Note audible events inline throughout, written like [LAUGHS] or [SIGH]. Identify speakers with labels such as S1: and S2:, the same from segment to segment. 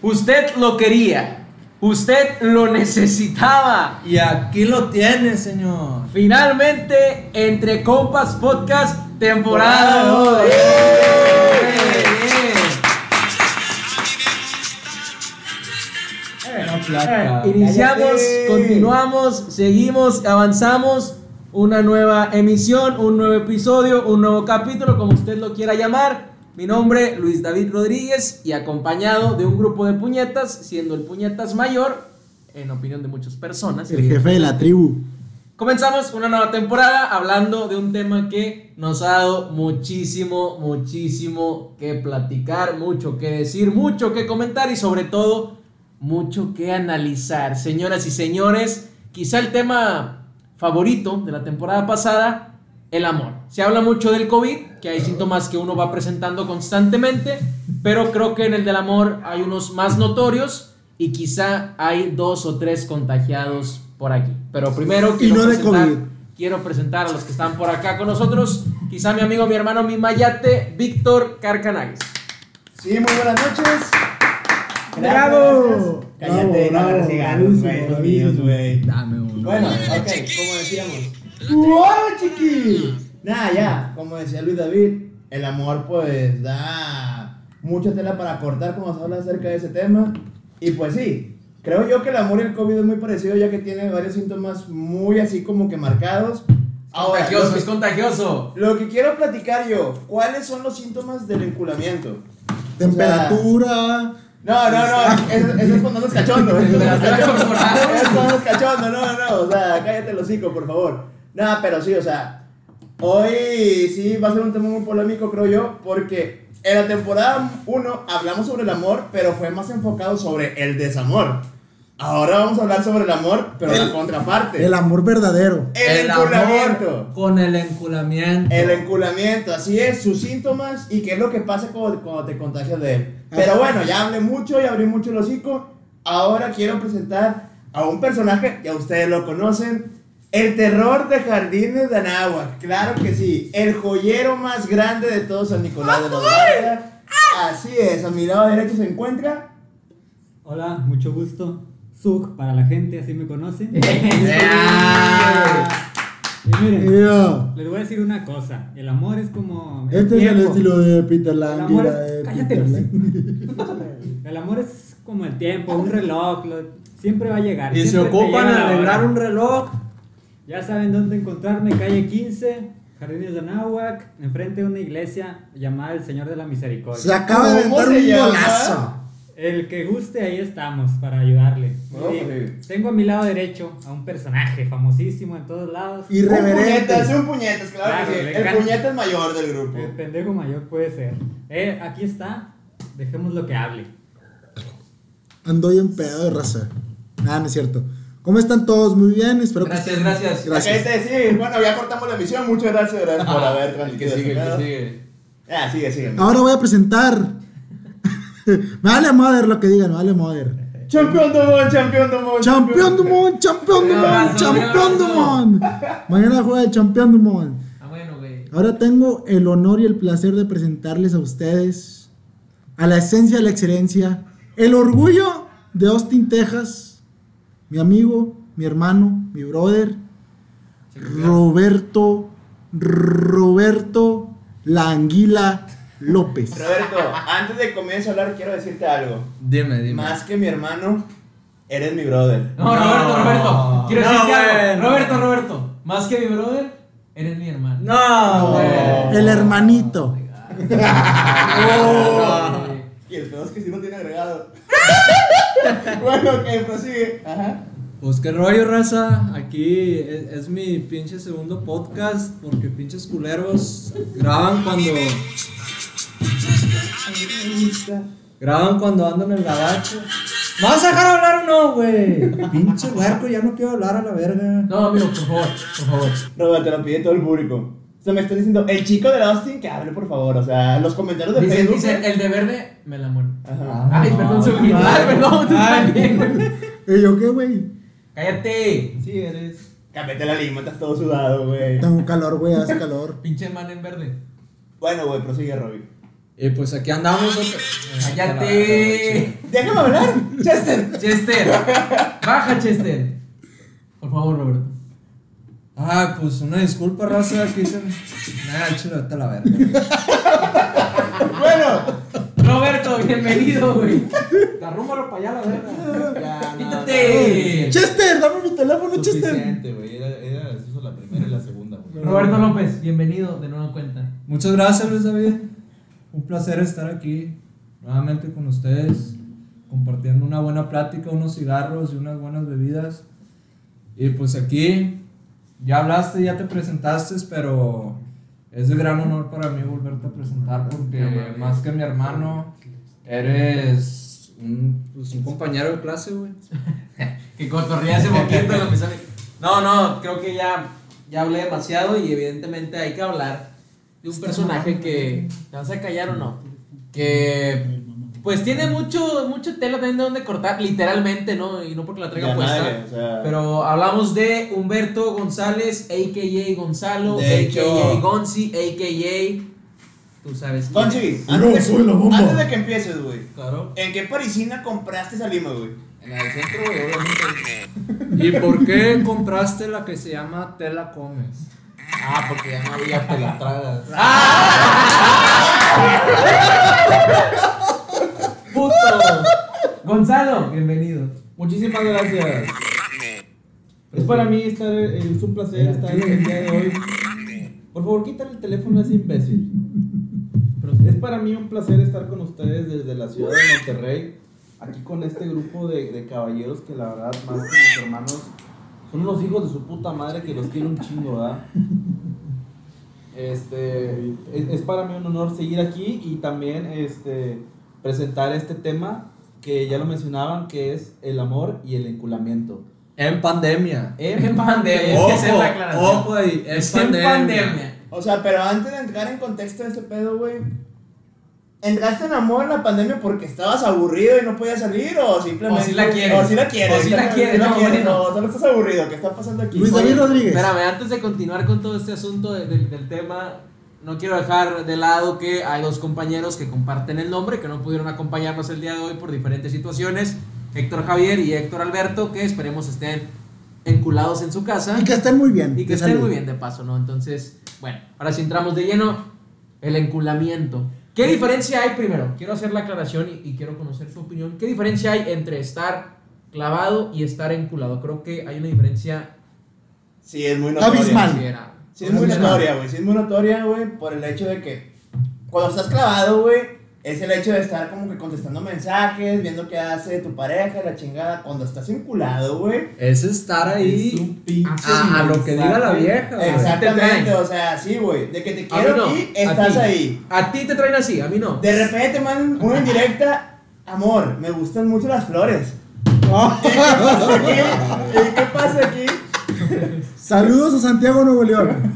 S1: Usted lo quería. Usted lo necesitaba.
S2: Y aquí lo tiene, señor.
S1: Finalmente, entre compas podcast, temporada 2.
S3: Eh,
S2: Eh, placa.
S1: Iniciamos,
S3: eh,
S2: Cállate.
S1: continuamos, seguimos, avanzamos. Una nueva emisión, un nuevo episodio, un nuevo capítulo, como usted lo quiera llamar. Mi nombre, Luis David Rodríguez, y acompañado de un grupo de puñetas, siendo el puñetas mayor, en opinión de muchas personas.
S3: El jefe de la tribu.
S1: Comenzamos una nueva temporada hablando de un tema que nos ha dado muchísimo, muchísimo que platicar, mucho que decir, mucho que comentar y sobre todo mucho que analizar. Señoras y señores, quizá el tema favorito de la temporada pasada, el amor. Se habla mucho del COVID, que hay síntomas que uno va presentando constantemente, pero creo que en el del amor hay unos más notorios y quizá hay dos o tres contagiados por aquí. Pero primero
S3: Y
S1: quiero,
S3: no de
S1: presentar,
S3: COVID.
S1: quiero presentar a los que están por acá con nosotros, quizá mi amigo, mi hermano, mi mayate, Víctor Carcanagues.
S4: Sí, muy buenas noches.
S3: ¡Bravo!
S4: Gracias. Cállate, no
S3: Bravo, bravo,
S4: hagas cigarros, güey.
S3: bravísimo,
S4: Los míos, güey.
S2: Dame uno.
S4: Bueno, ok, como decíamos. ¡Wow, chiqui! Nada, ya, como decía Luis David, el amor pues da mucha tela para cortar cuando se habla acerca de ese tema. Y pues sí, creo yo que el amor y el COVID es muy parecido ya que tiene varios síntomas muy así como que marcados. Ahora, lo
S1: Contagioso,
S4: que-
S1: es contagioso.
S4: lo que quiero platicar yo, ¿cuáles son los síntomas del enculamiento?
S3: Temperatura.
S4: No, no, no, eso, eso es cuando andas cachondo. Eso es cuando andas cachondo, ah, Eso es cuando andas cachondo, no, no, o sea, cállate el hocico, por favor. Nada, pero sí, o sea, hoy sí va a ser un tema muy polémico, creo yo, porque en la temporada 1 hablamos sobre el amor, pero fue más enfocado sobre el desamor. Ahora vamos a hablar sobre el amor, pero la contraparte.
S3: El
S4: El,
S3: amor verdadero.
S2: amor
S4: enculamiento.
S2: Con el enculamiento.
S4: El enculamiento, así es, sus síntomas y qué es lo que pasa cuando, cuando te contagias de él. Pero bueno, ya hablé mucho y abrí mucho el hocico. Ahora quiero presentar a un personaje que a ustedes lo conocen. El terror de Jardines de Anáhuac, claro que sí. El joyero más grande de todo San Nicolás de los Garza. Así es, a mi lado derecho se encuentra.
S5: Hola, mucho gusto. Zug para la gente, así me
S2: [LAUGHS]
S5: conocen.
S2: Eh.
S5: Y miren,
S3: Mira,
S5: les voy a decir una cosa. El amor es como. el
S3: Este es el
S5: tiempo.
S3: estilo de Peter
S5: El
S3: Lang.
S5: amor
S3: mira,
S5: es.
S3: de
S5: Cállate,
S3: Peter
S5: los-
S3: Lang.
S5: El amor es como el tiempo, un reloj. lo- Siempre va a llegar.
S2: Y se
S5: siempre te
S2: ocupan
S5: llega la
S2: a arreglar
S5: hora.
S2: un reloj.
S5: Ya saben dónde encontrarme, calle 15, Jardines de Anáhuac, enfrente de una iglesia llamada El Señor de la Misericordia.
S3: Se acaba de
S4: ¿Cómo
S3: inventar
S4: se
S3: un
S4: llama?
S3: golazo.
S5: El que guste, ahí estamos para ayudarle.
S4: Bueno,
S5: Y
S4: pues,
S5: tengo a mi lado derecho a un personaje famosísimo en todos lados.
S4: Un puñetas,
S3: Irreverente.
S4: un puñetas, claro, Eh,
S5: Claro,
S4: que sí.
S5: le
S4: El
S5: encanta.
S4: puñetas mayor del grupo.
S5: El pendejo mayor puede ser. Eh, aquí está. Dejemos lo que hable.
S3: Ando bien pedo de raza. Nada, no es cierto. ¿Cómo están todos? Muy bien, espero
S2: Gracias,
S3: que estén-
S2: gracias.
S3: Gracias.
S4: Acá está, sí, Bueno, ya cortamos la emisión. Muchas gracias, gracias por haber
S2: el
S4: transmitido.
S2: que sigue, el
S4: este
S2: que
S4: pedo.
S2: sigue.
S4: Ah, sigue, sigue.
S3: Ahora voy a presentar. [LAUGHS] me vale mother lo que digan, me vale mother.
S4: Champion del mundo, champion del mundo.
S3: Champión du mundo, champión
S1: Un
S3: du mundo,
S1: abrazo, un
S3: champión du
S1: abrazo.
S3: mundo. Mañana juega el champión du mundo.
S1: Ah, bueno, güey.
S3: Ahora tengo el honor y el placer de presentarles a ustedes a la esencia de la excelencia, el orgullo de Austin, Texas, mi amigo, mi hermano, mi brother, Roberto, Roberto La Anguila López.
S4: Roberto, antes de comienzo a hablar, quiero decirte algo.
S2: Dime, dime.
S4: Más que mi hermano, eres mi brother.
S1: No, Roberto, Roberto. Quiero
S2: No,
S1: decirte algo.
S2: bueno.
S1: Roberto, Roberto. Más que mi brother, eres mi hermano.
S2: No, güey.
S3: [LAUGHS] El hermanito.
S1: Eh,
S4: Y el pedo es que si no tiene agregado. bueno, que prosigue. Ajá.
S2: Pues qué rollo, raza. Aquí es, es mi pinche segundo podcast porque pinches culeros graban cuando. Graban cuando andan en el gabacho. ¿Me vas a dejar hablar o no, güey? Pinche huerco, ya no quiero hablar a la verga.
S1: No, amigo, por favor, por favor.
S4: Roberto, lo pide todo el público. O sea, me están diciendo, el chico de Austin, que hable, por favor. O sea, los comentarios de
S1: Dice,
S4: Facebook.
S1: dice, eh, el de verde me la muero.
S4: Ajá.
S2: Ah,
S1: Ay,
S2: no.
S1: perdón, sobrino. Ay, perdón, tú también.
S3: ¿Y yo qué, güey?
S1: Cállate.
S2: Sí, eres.
S4: Cámbiate la lima, estás todo sudado, güey.
S3: Tengo calor, güey, hace calor.
S1: Pinche man en verde.
S4: Bueno, güey, prosigue, Robin.
S2: Y pues aquí andamos. otra-
S1: Pues Cállate.
S4: Déjame hablar, Chester.
S1: Chester. Baja, Chester. Por favor, Roberto.
S2: Ah, pues una disculpa, raza. Aquí se. Nah, chulo, vete a la verga.
S4: Bueno,
S1: Roberto, bienvenido, güey. Te arrúmbalo para allá, la verga.
S6: Ya, no,
S1: Quítate.
S3: Chester, dame mi teléfono,
S6: no,
S3: Chester.
S6: Suficiente, güey. Era, era eso la primera y la segunda, güey.
S1: Roberto López, bienvenido de nueva cuenta.
S2: Muchas gracias, Luis David. Un placer estar aquí nuevamente con ustedes, compartiendo una buena plática, unos cigarros y unas buenas bebidas. Y pues aquí ya hablaste, ya te presentaste, pero es de gran honor para mí volverte a presentar porque más que mi hermano, eres un, pues, un compañero de clase, güey.
S1: Que cotorrea ese poquito lo que sale. [LAUGHS] No, no, creo que ya, ya hablé demasiado y evidentemente hay que hablar de un personaje que. ¿Te vas a callar o no? Que. Pues tiene mucho, mucho tela también de donde cortar, literalmente, ¿no? Y no porque la traiga
S4: Ya
S1: puesta.
S4: nadie, o sea.
S1: Pero hablamos de Humberto González, a.k.a. Gonzalo,
S4: De
S1: a.k.a.
S4: hecho.
S1: Gonzi, a.k.a. Tú sabes quién es.
S4: Conchi,
S3: Yo
S4: antes,
S3: soy
S4: de,
S3: la bomba.
S4: antes de que empieces, güey.
S6: Claro.
S4: ¿En qué parisina compraste esa lima, güey?
S6: En el centro, güey, obviamente.
S2: ¿Y por qué compraste la que se llama Tela Comes?
S6: Ah, porque ya no había te la tragas.
S1: ¡Puto! Gonzalo, bienvenido.
S6: Muchísimas gracias. Es para mí estar, eh, es un placer estar el día de hoy. Por favor, quítale el teléfono a ese imbécil. Es para mí un placer estar con ustedes desde la ciudad de Monterrey, aquí con este grupo de, de caballeros que la verdad, más que mis hermanos, son unos hijos de su puta madre que los quiero un chingo, ¿verdad? Este, es, es para mí un honor seguir aquí y también este, presentar este tema que ya lo mencionaban, que es el amor y el enculamiento.
S2: En pandemia.
S1: [LAUGHS] En pandemia, es que esa es la aclaración.
S2: Ojo, ojo ahí, en
S1: Es en pandemia.
S4: O sea, pero antes de entrar en contexto de este pedo, güey. ¿Entraste en amor en la pandemia porque estabas aburrido y no podías salir? ¿O simplemente.?
S1: O si la quieres.
S4: O si la quieres.
S1: O si la
S4: exactamente,
S1: quieres, no, bueno.
S4: no, solo estás aburrido. ¿Qué está pasando aquí?
S3: Luis David
S4: Oye,
S3: Rodríguez.
S1: Espérame, antes de continuar con todo este asunto de- del- del tema, no quiero dejar de lado que hay dos compañeros que comparten el nombre, que no pudieron acompañarnos el día de hoy por diferentes situaciones, Héctor Javier y Héctor Alberto, que esperemos estén enculados en su casa
S3: Y que estén muy bien.
S1: y que
S3: de
S1: estén
S3: salud.
S1: muy bien de paso, ¿no? Entonces, bueno, ahora sí entramos de lleno, el enculamiento. ¿Qué diferencia hay primero? Quiero hacer la aclaración y, y quiero conocer su opinión. ¿Qué diferencia hay entre estar clavado y estar enculado? Creo que hay una diferencia
S4: Sí, es muy notoria.
S3: Abismal. Mal.
S1: considerable.
S4: Sí, es muy
S1: Abismal.
S4: notoria, güey. Sí, es muy notoria, güey, por el hecho de que cuando estás clavado, güey, es el hecho de estar como que contestando mensajes, viendo qué hace tu pareja, la chingada. Cuando estás vinculado, güey.
S2: Es estar
S6: Es
S2: ahí
S6: un pinche
S2: a, a lo que diga la
S1: Ah,
S2: vieja. güey.
S4: Exactamente, o sea, sí, güey. De que te
S1: A mí
S4: quiero
S1: no,
S4: aquí,
S1: Ah, a
S4: estás
S1: ti.
S4: ahí.
S1: A ti te traen así, a mí no.
S4: De repente mandan una indirecta. Amor, me gustan mucho las
S1: [LAUGHS]
S4: flores.
S3: Ah.
S4: ¿Qué? ¿Y qué pasa aquí?
S3: Saludos a Santiago Nuevo León.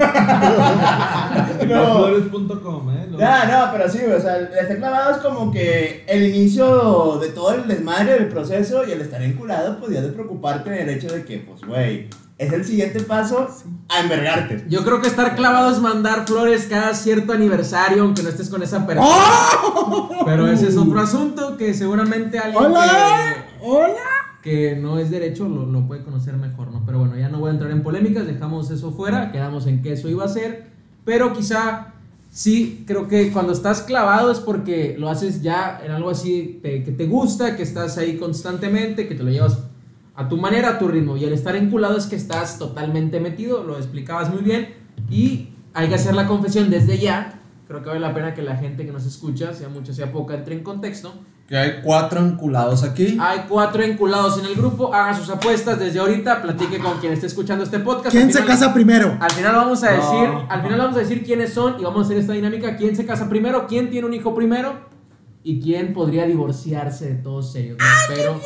S4: No.
S6: Flores.com, eh. Lo-
S4: Ya, no, pero sí, güey, o sea, el estar clavado es como que el inicio de todo el desmadre del proceso y el estar enculado, pues ya de preocuparte del hecho de que, pues, güey, es el siguiente paso a envergarte.
S1: Yo creo que estar clavado es mandar flores cada cierto aniversario, aunque no estés con esa persona. Pero ese es otro asunto que seguramente alguien
S3: Hola. Hola.
S1: que, que no es derecho lo, lo puede conocer mejor, ¿no? Pero bueno, ya no voy a entrar en polémicas, dejamos eso fuera, quedamos en que eso iba a ser. Pero quizá sí, creo que cuando estás clavado es porque lo haces ya en algo así te- que te gusta, que estás ahí constantemente, que te lo llevas a tu manera, a tu ritmo. Y el estar enculado es que estás totalmente metido, lo explicabas muy bien. Y hay que hacer la confesión desde ya. Creo que vale la pena que la gente que nos escucha, sea mucha, sea poca, entre en contexto.
S2: Que hay cuatro enculados aquí.
S6: Ah,
S1: Hay cuatro enculados en el grupo. Hagan sus apuestas desde ahorita. Platique con quien esté escuchando este podcast.
S3: ¿Quién
S1: Al
S3: se
S1: final-
S3: casa primero?
S1: Al final vamos a decir, al final vamos a decir quiénes son y vamos a hacer esta dinámica. ¿Quién se casa primero? ¿Quién tiene un hijo primero? Y quién podría divorciarse de todos ellos. ¿no? Pero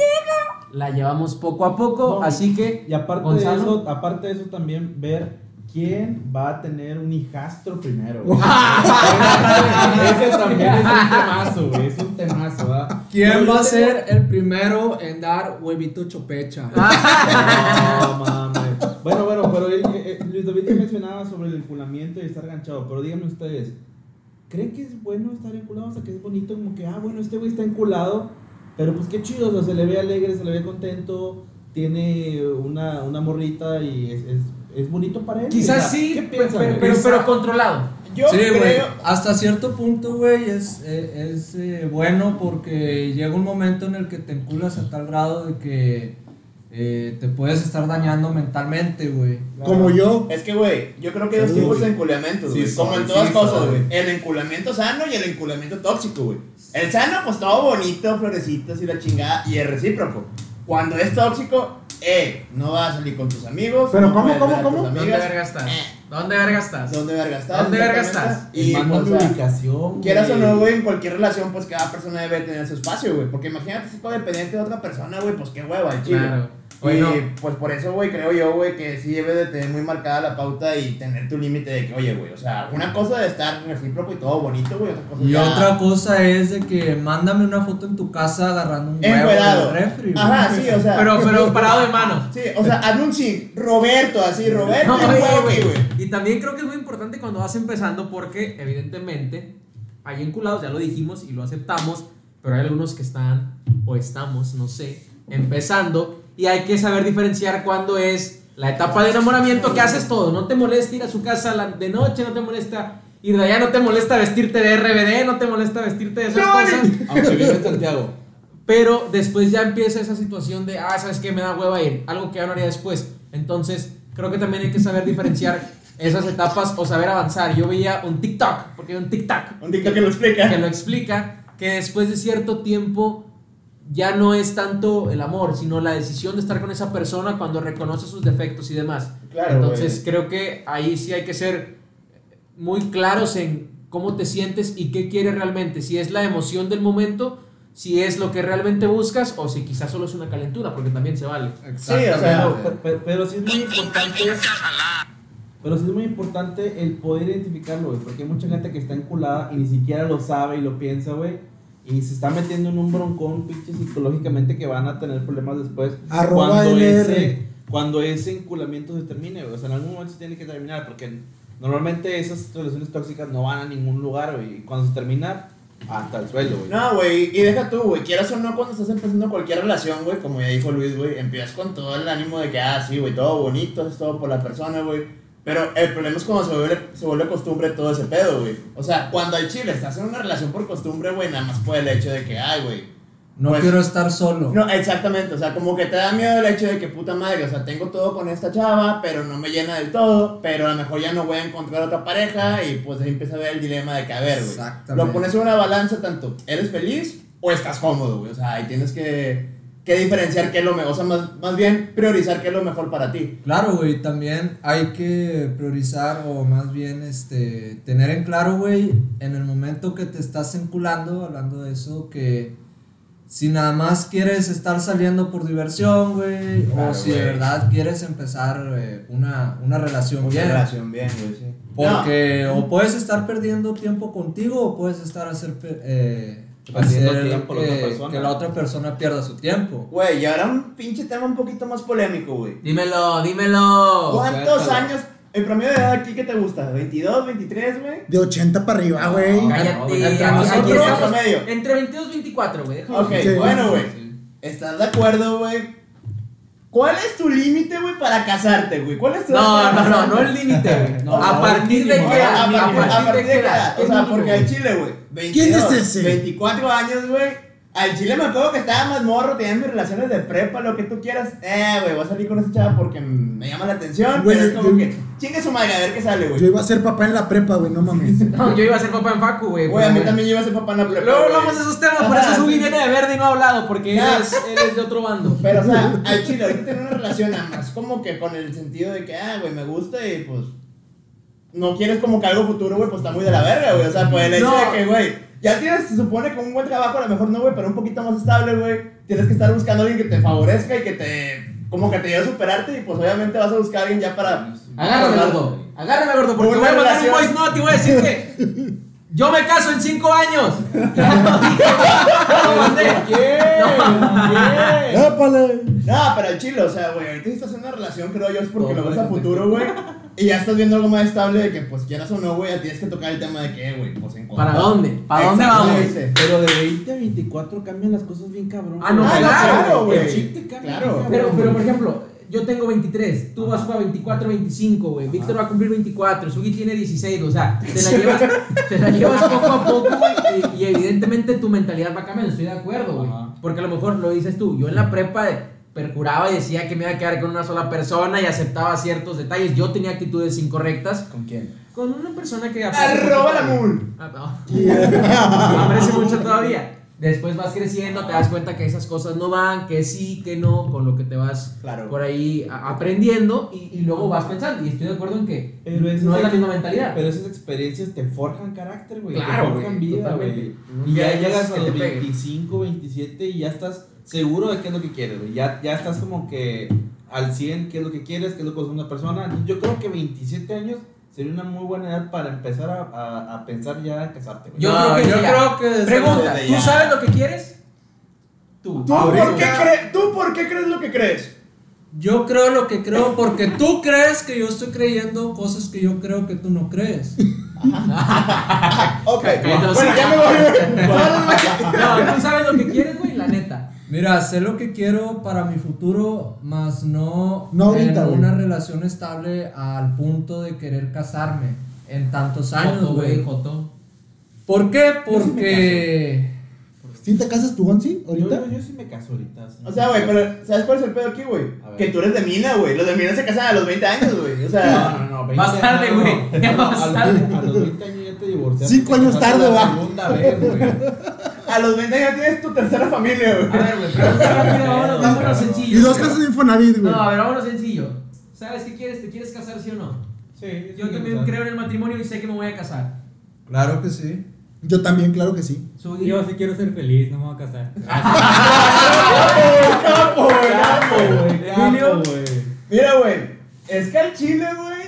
S1: la llevamos poco a poco,
S6: No,
S1: así que
S6: Y aparte de,
S1: Gonzalo.
S6: eso, aparte de eso, también ver quién va a tener un hijastro primero. güey. Ese también es un temazo, güey. Es un temazo, ¿verdad?
S2: ¿Quién
S6: Yo
S2: va a
S6: tengo-
S2: ser el primero en dar huevito chopecha?
S1: Ah,
S6: No, mames. Bueno, bueno, pero él- eh, eh, Luis David ya mencionaba sobre el enculamiento y estar ganchado. Pero díganme ustedes, cree que es bueno estar enculado, o sea, que es bonito, como que, ah, bueno, este güey está enculado, pero pues qué chido, o sea, se le ve alegre, se le ve contento, tiene una, una morrita y es, es, es bonito para él. O
S1: Quizás
S6: sea,
S1: sí,
S6: ¿qué
S1: pues, pero,
S6: piensan,
S1: pero-
S6: güey?
S1: pero- pero controlado.
S4: Yo
S2: sí, güey.
S4: creo.
S2: Hasta cierto punto, güey, es, eh, es, eh, bueno porque llega un momento en el que te enculas a tal grado de que eh, te puedes estar dañando mentalmente, güey.
S3: Como yo.
S4: Es que, güey, yo creo que hay dos
S3: Saludos,
S4: tipos de
S3: güey.
S4: enculamientos,
S2: Sí,
S4: güey. como
S2: soy,
S4: en todas
S2: sí,
S4: cosas,
S2: soy.
S4: güey. El enculamiento sano y el enculamiento tóxico, güey. El sano, pues todo bonito, florecitas y la chingada. Y el recíproco. Cuando es tóxico, eh, no vas a salir con tus amigos.
S6: Pero
S4: no
S6: ¿cómo,
S4: puedes
S6: cómo,
S4: ver a tus
S6: cómo?
S1: ¿Dónde
S4: amigas.
S1: verga estás?
S4: Eh,
S1: ¿Dónde verga estás?
S4: ¿Dónde verga estás?
S1: ¿Dónde verga
S4: Exactamente.
S1: estás?
S6: Y
S4: Y
S6: manda
S4: pues, o sea,
S6: ubicación.
S4: Quieras o no,
S6: güey.
S4: güey, en cualquier relación, pues cada persona debe tener su espacio, güey. Porque imagínate si codependiente de otra persona, güey, pues qué hueva, el chile.
S1: Claro.
S4: y
S1: Bueno,
S4: pues por eso, güey, creo yo, güey, que sí debes de tener muy marcada la pauta y tener tu límite de que, oye, güey, o sea, una cosa de estar recíproco y todo bonito, güey, otra cosa
S2: Y
S4: ya-
S2: otra cosa es de que mándame una foto en tu casa agarrando un huevo
S4: Encuerado.
S2: del refri. güey.
S4: Ajá, sí, o sea.
S1: pero, pero parado de manos.
S4: Sí, o sea, hazme un zinc, Roberto, así, Roberto,
S1: No,
S4: güey,
S1: güey,
S4: güey,
S1: güey.
S4: güey.
S1: Y también creo que es muy importante cuando vas empezando porque evidentemente hay enculados, ya lo dijimos y lo aceptamos, pero hay algunos que están o estamos, no sé, empezando y hay que saber diferenciar cuándo es la etapa de enamoramiento que haces todo, no te molesta ir a su casa la- de noche, no te molesta ir de allá, no te molesta vestirte de RBD, no te molesta vestirte de esas cosas.
S6: Aunque vive en Santiago.
S1: Pero después ya empieza esa situación de, ah, ¿sabes qué? Me da hueva ir. Algo que ya no haría después. Entonces, creo que también hay que saber diferenciar esas etapas o saber avanzar. Yo veía un TikTok, porque hay un TikTok
S4: Un TikTok que lo
S1: que
S4: explica.
S1: lo explica, que después de cierto tiempo ya no es tanto el amor, sino la decisión de estar con esa persona cuando reconoce sus defectos y demás.
S4: Claro,
S1: Entonces creo que ahí sí hay que ser muy claros en cómo te sientes y qué quieres realmente, si es la emoción del momento, si es lo que realmente buscas o si quizás solo es una calentura, porque también se vale.
S4: Sí, o sea,
S6: Pero, pe- pe- pero sí es muy importante. Pero sí es muy importante el poder identificarlo, güey. Porque hay mucha gente que está enculada y ni siquiera lo sabe y lo piensa, güey. Y se está metiendo en un broncón, pinche, psicológicamente que van a tener problemas después.
S3: Arroba
S6: cuando
S3: LR.
S6: ese Cuando ese enculamiento se termine, güey. O sea, en algún momento se tiene que terminar. Porque normalmente esas relaciones tóxicas no van a ningún lugar, güey. Y cuando se termina, hasta el suelo, güey.
S4: No, güey, y deja tú, güey, quieras o no, cuando estás empezando cualquier relación, güey, como ya dijo Luis, güey, empiezas con todo el ánimo de que, ah, sí, güey, todo bonito, es todo por la persona, güey. Pero el problema es cuando se vuelve, se vuelve costumbre todo ese pedo, güey. O sea, cuando al chile estás en una relación por costumbre, güey, nada más por el hecho de que, ay, güey.
S2: No
S4: Pues-
S2: quiero estar solo.
S4: No, exactamente, o sea, como que te da miedo el hecho de que, puta madre, o sea, tengo todo con esta chava, pero no me llena del todo, pero a lo mejor ya no voy a encontrar otra pareja y pues ahí empieza a ver el dilema de que, a ver, güey.
S2: Exactamente.
S4: Lo pones en una balanza tanto, ¿eres feliz o estás cómodo, güey? O sea, ahí tienes que, que diferenciar qué es lo mejor, o sea, más, más bien priorizar qué es lo mejor para ti.
S2: Claro, güey, también hay que priorizar o más bien este tener en claro, güey, en el momento que te estás enculando, hablando de eso, que si nada más quieres estar saliendo por diversión, güey,
S4: Claro,
S2: o si de
S4: güey.
S2: verdad quieres empezar eh, una, una relación bien.
S4: bien, güey, sí.
S2: Porque o puedes estar perdiendo tiempo contigo o puedes estar hacer, pe- eh,
S6: Perdiendo
S2: hacer
S6: tiempo la
S2: que,
S6: otra persona.
S2: que la otra persona pierda su tiempo.
S4: Güey, y ahora un pinche tema un poquito más polémico, güey.
S1: Dímelo, dímelo.
S4: ¿Cuántos
S6: suéltalo.
S4: años, el promedio de edad aquí que te gusta? ¿22, 23, güey?
S3: De 80 para arriba, Ah, güey.
S2: No,
S1: Cállate.
S2: güey,
S1: aquí-
S2: nosotros-
S1: aquí estamos
S4: promedio.
S1: entre 22 y 24, güey. déjame
S4: Ok,
S3: Sí.
S4: bueno, güey. ¿Estás de acuerdo, güey? ¿Cuál es tu límite, güey, para casarte, güey? ¿Cuál es tu
S1: No,
S4: edad para
S1: no, no,
S4: casarte?
S1: no el límite, güey.
S6: No,
S1: a
S6: no,
S1: partir de
S6: mínimo.
S1: qué edad,
S4: A partir- a partir de qué edad. O sea,
S1: mínimo,
S4: porque
S1: güey.
S4: al chile, güey.
S3: ¿Quién es
S4: 22,
S3: ese?
S4: 24 años, güey. Al chile me acuerdo que estaba más morro, tenía mis relaciones de prepa, lo que tú quieras. Eh, güey, voy a salir con esa chava porque me llama la atención.
S3: Güey,
S4: pero es como
S3: yo-
S4: que, chingue su madre, a ver qué sale,
S3: Yo
S4: güey.
S3: iba a ser papá en la prepa, güey, no
S1: [LAUGHS]
S3: mames.
S1: No, yo iba a ser papá en Facu, güey.
S4: Güey, a
S1: pero,
S4: mí
S1: güey.
S4: también lleva ese papá en la prepa.
S1: Luego
S4: güey.
S1: hablamos de esos temas, por
S4: Ajá,
S1: eso Sugi
S4: sí.
S1: viene de verde y no ha hablado, porque él
S4: Ya.
S1: es, él es de otro bando.
S4: Pero, o sea, al chile, ahorita tener una relación nada más como que con el sentido de que, ah, güey, me gusta y pues. No quieres como que algo futuro, güey, pues está muy de la verga, güey. O sea, pues el hecho
S1: No.
S4: de que, güey, ya tienes, se supone, con un buen trabajo, a lo mejor no, güey, pero un poquito más estable, güey. Tienes que estar buscando a alguien que te favorezca y que te. como que te ayude a superarte y pues obviamente vas a buscar a alguien ya para.
S1: Agárrame, gordo. Agárrame, gordo, porque
S4: Una
S1: voy a mandar un
S4: relación.
S1: voice note y voy a decir que yo me caso en 5 años. [LAUGHS] Ya lo dije. Ya lo mandé.
S3: ¡Épale!
S4: No, pero el chile, o sea, güey, ahorita si estás en una relación, creo yo, es porque
S6: No,
S4: lo ves a
S6: güey.
S4: futuro, güey. Y ya estás viendo algo más estable de que, pues quieras o no, güey, ya tienes que tocar el tema de que, güey, pues en
S1: ¿Para dónde? ¿Para dónde vamos?
S4: Exactamente.
S6: Pero de 20 a 24 cambian las cosas bien cabrón.
S1: Ah, no,
S4: Ah, no,
S1: claro,
S4: claro, güey.
S6: güey. El chip te cambia,
S4: Claro.
S6: cabrón.
S1: Pero, pero por ejemplo, yo tengo 23, tú vas a 24, 25, güey. Víctor va a cumplir 24, Sugi tiene 16, o sea, te la llevas, te la llevas poco a poco, güey. Y, y evidentemente tu mentalidad va cambiando, estoy de acuerdo, güey.
S2: Ajá.
S1: Porque a lo mejor lo dices tú, yo en la prepa perjuraba y decía que me iba a quedar con una sola persona y aceptaba ciertos detalles. Yo tenía actitudes incorrectas
S4: ¿Con quién?
S1: con una persona que...
S4: Arroba la mul.
S1: Ah, no. Me parece mucho todavía. Después vas creciendo, te das cuenta que esas cosas no van, que sí, que no, con lo que te vas
S4: Claro.
S1: por ahí a- aprendiendo y, y luego vas pensando. Y estoy de acuerdo en que
S6: Pero esas-
S1: no es la misma mentalidad.
S6: Pero esas experiencias te forjan carácter, güey.
S1: Claro,
S6: te forjan
S1: güey,
S6: vida,
S1: totalmente.
S6: güey.
S1: Un
S6: Y ya
S1: día
S6: llegas
S1: es
S6: a
S1: que
S6: los
S1: te pegue.
S6: 25, 27 y ya estás seguro de qué es lo que quieres, güey. Ya, ya estás como que al 100, qué es lo que quieres, qué es lo que es una persona. Entonces, Yo creo que 27 años sería una muy buena edad para empezar a, a- a pensar ya en casarte, güey.
S1: Yo
S2: No,
S1: creo que
S2: yo
S1: sí,
S2: creo que desde-
S1: Pregunta,
S4: desde
S1: ¿tú
S4: ya.
S1: sabes lo que quieres? Tú.
S4: ¿Tú
S2: Ahorita-
S4: por, qué cre- ¿Tú por qué crees lo que crees?
S2: Yo creo lo que creo porque tú crees que yo estoy creyendo cosas que yo creo que tú no crees.
S4: Ok,
S1: Cállate,
S4: bueno,
S1: sí.
S4: ya me voy. güey.
S1: No, tú sabes lo que quieres, güey, la neta.
S2: Mira, sé lo que quiero para mi futuro, más no,
S3: No ahorita,
S2: en
S3: güey.
S2: una relación estable al punto de querer casarme en tantos años,
S1: Joto,
S2: güey.
S1: Joto.
S2: ¿Por qué?
S1: [LAUGHS]
S2: Porque
S3: ¿Sí te casas tú, Gonzi?
S6: Yo,
S3: ¿Ahorita?
S6: yo- yo sí me caso ahorita. sí.
S4: O sea, güey, pero ¿sabes cuál es el pedo aquí, güey?
S6: A ver.
S4: Que tú eres de mina, güey. Los de mina se casan a los 20 años, güey. O
S6: No,
S4: sea,
S6: no, no, 20
S1: Más tarde,
S6: años, no,
S1: güey.
S6: no,
S1: Ya
S6: no,
S1: más
S6: a los-
S1: tarde.
S6: A los 20 años ya te divorciaste.
S3: Cinco años
S6: Te casaste
S3: tarde,
S6: la
S3: va.
S6: Segunda vez, güey.
S4: a los 20 años tienes tu tercera familia,
S1: A
S4: güey.
S1: ver, güey, pregunta rápida, vámonos, vámonos
S3: Y
S1: sencillo.
S3: dos casas de Infonavit, güey.
S1: No, a ver, vámonos sencillo. ¿Sabes qué quieres? ¿Te quieres casar, sí o no?
S6: Sí,
S1: Yo
S6: sí,
S1: también
S6: o sea,
S1: creo en el matrimonio y sé que me voy a casar.
S2: Claro que sí.
S3: Yo también, claro que sí.
S1: Sugi.
S5: Yo sí quiero ser feliz, no me voy
S1: [LAUGHS]
S5: a casar.
S4: [LAUGHS] ¡Capo, güey!
S6: Capo, güey,
S1: Emilio.
S6: capo, güey.
S4: Mira, güey, es que al chile, güey,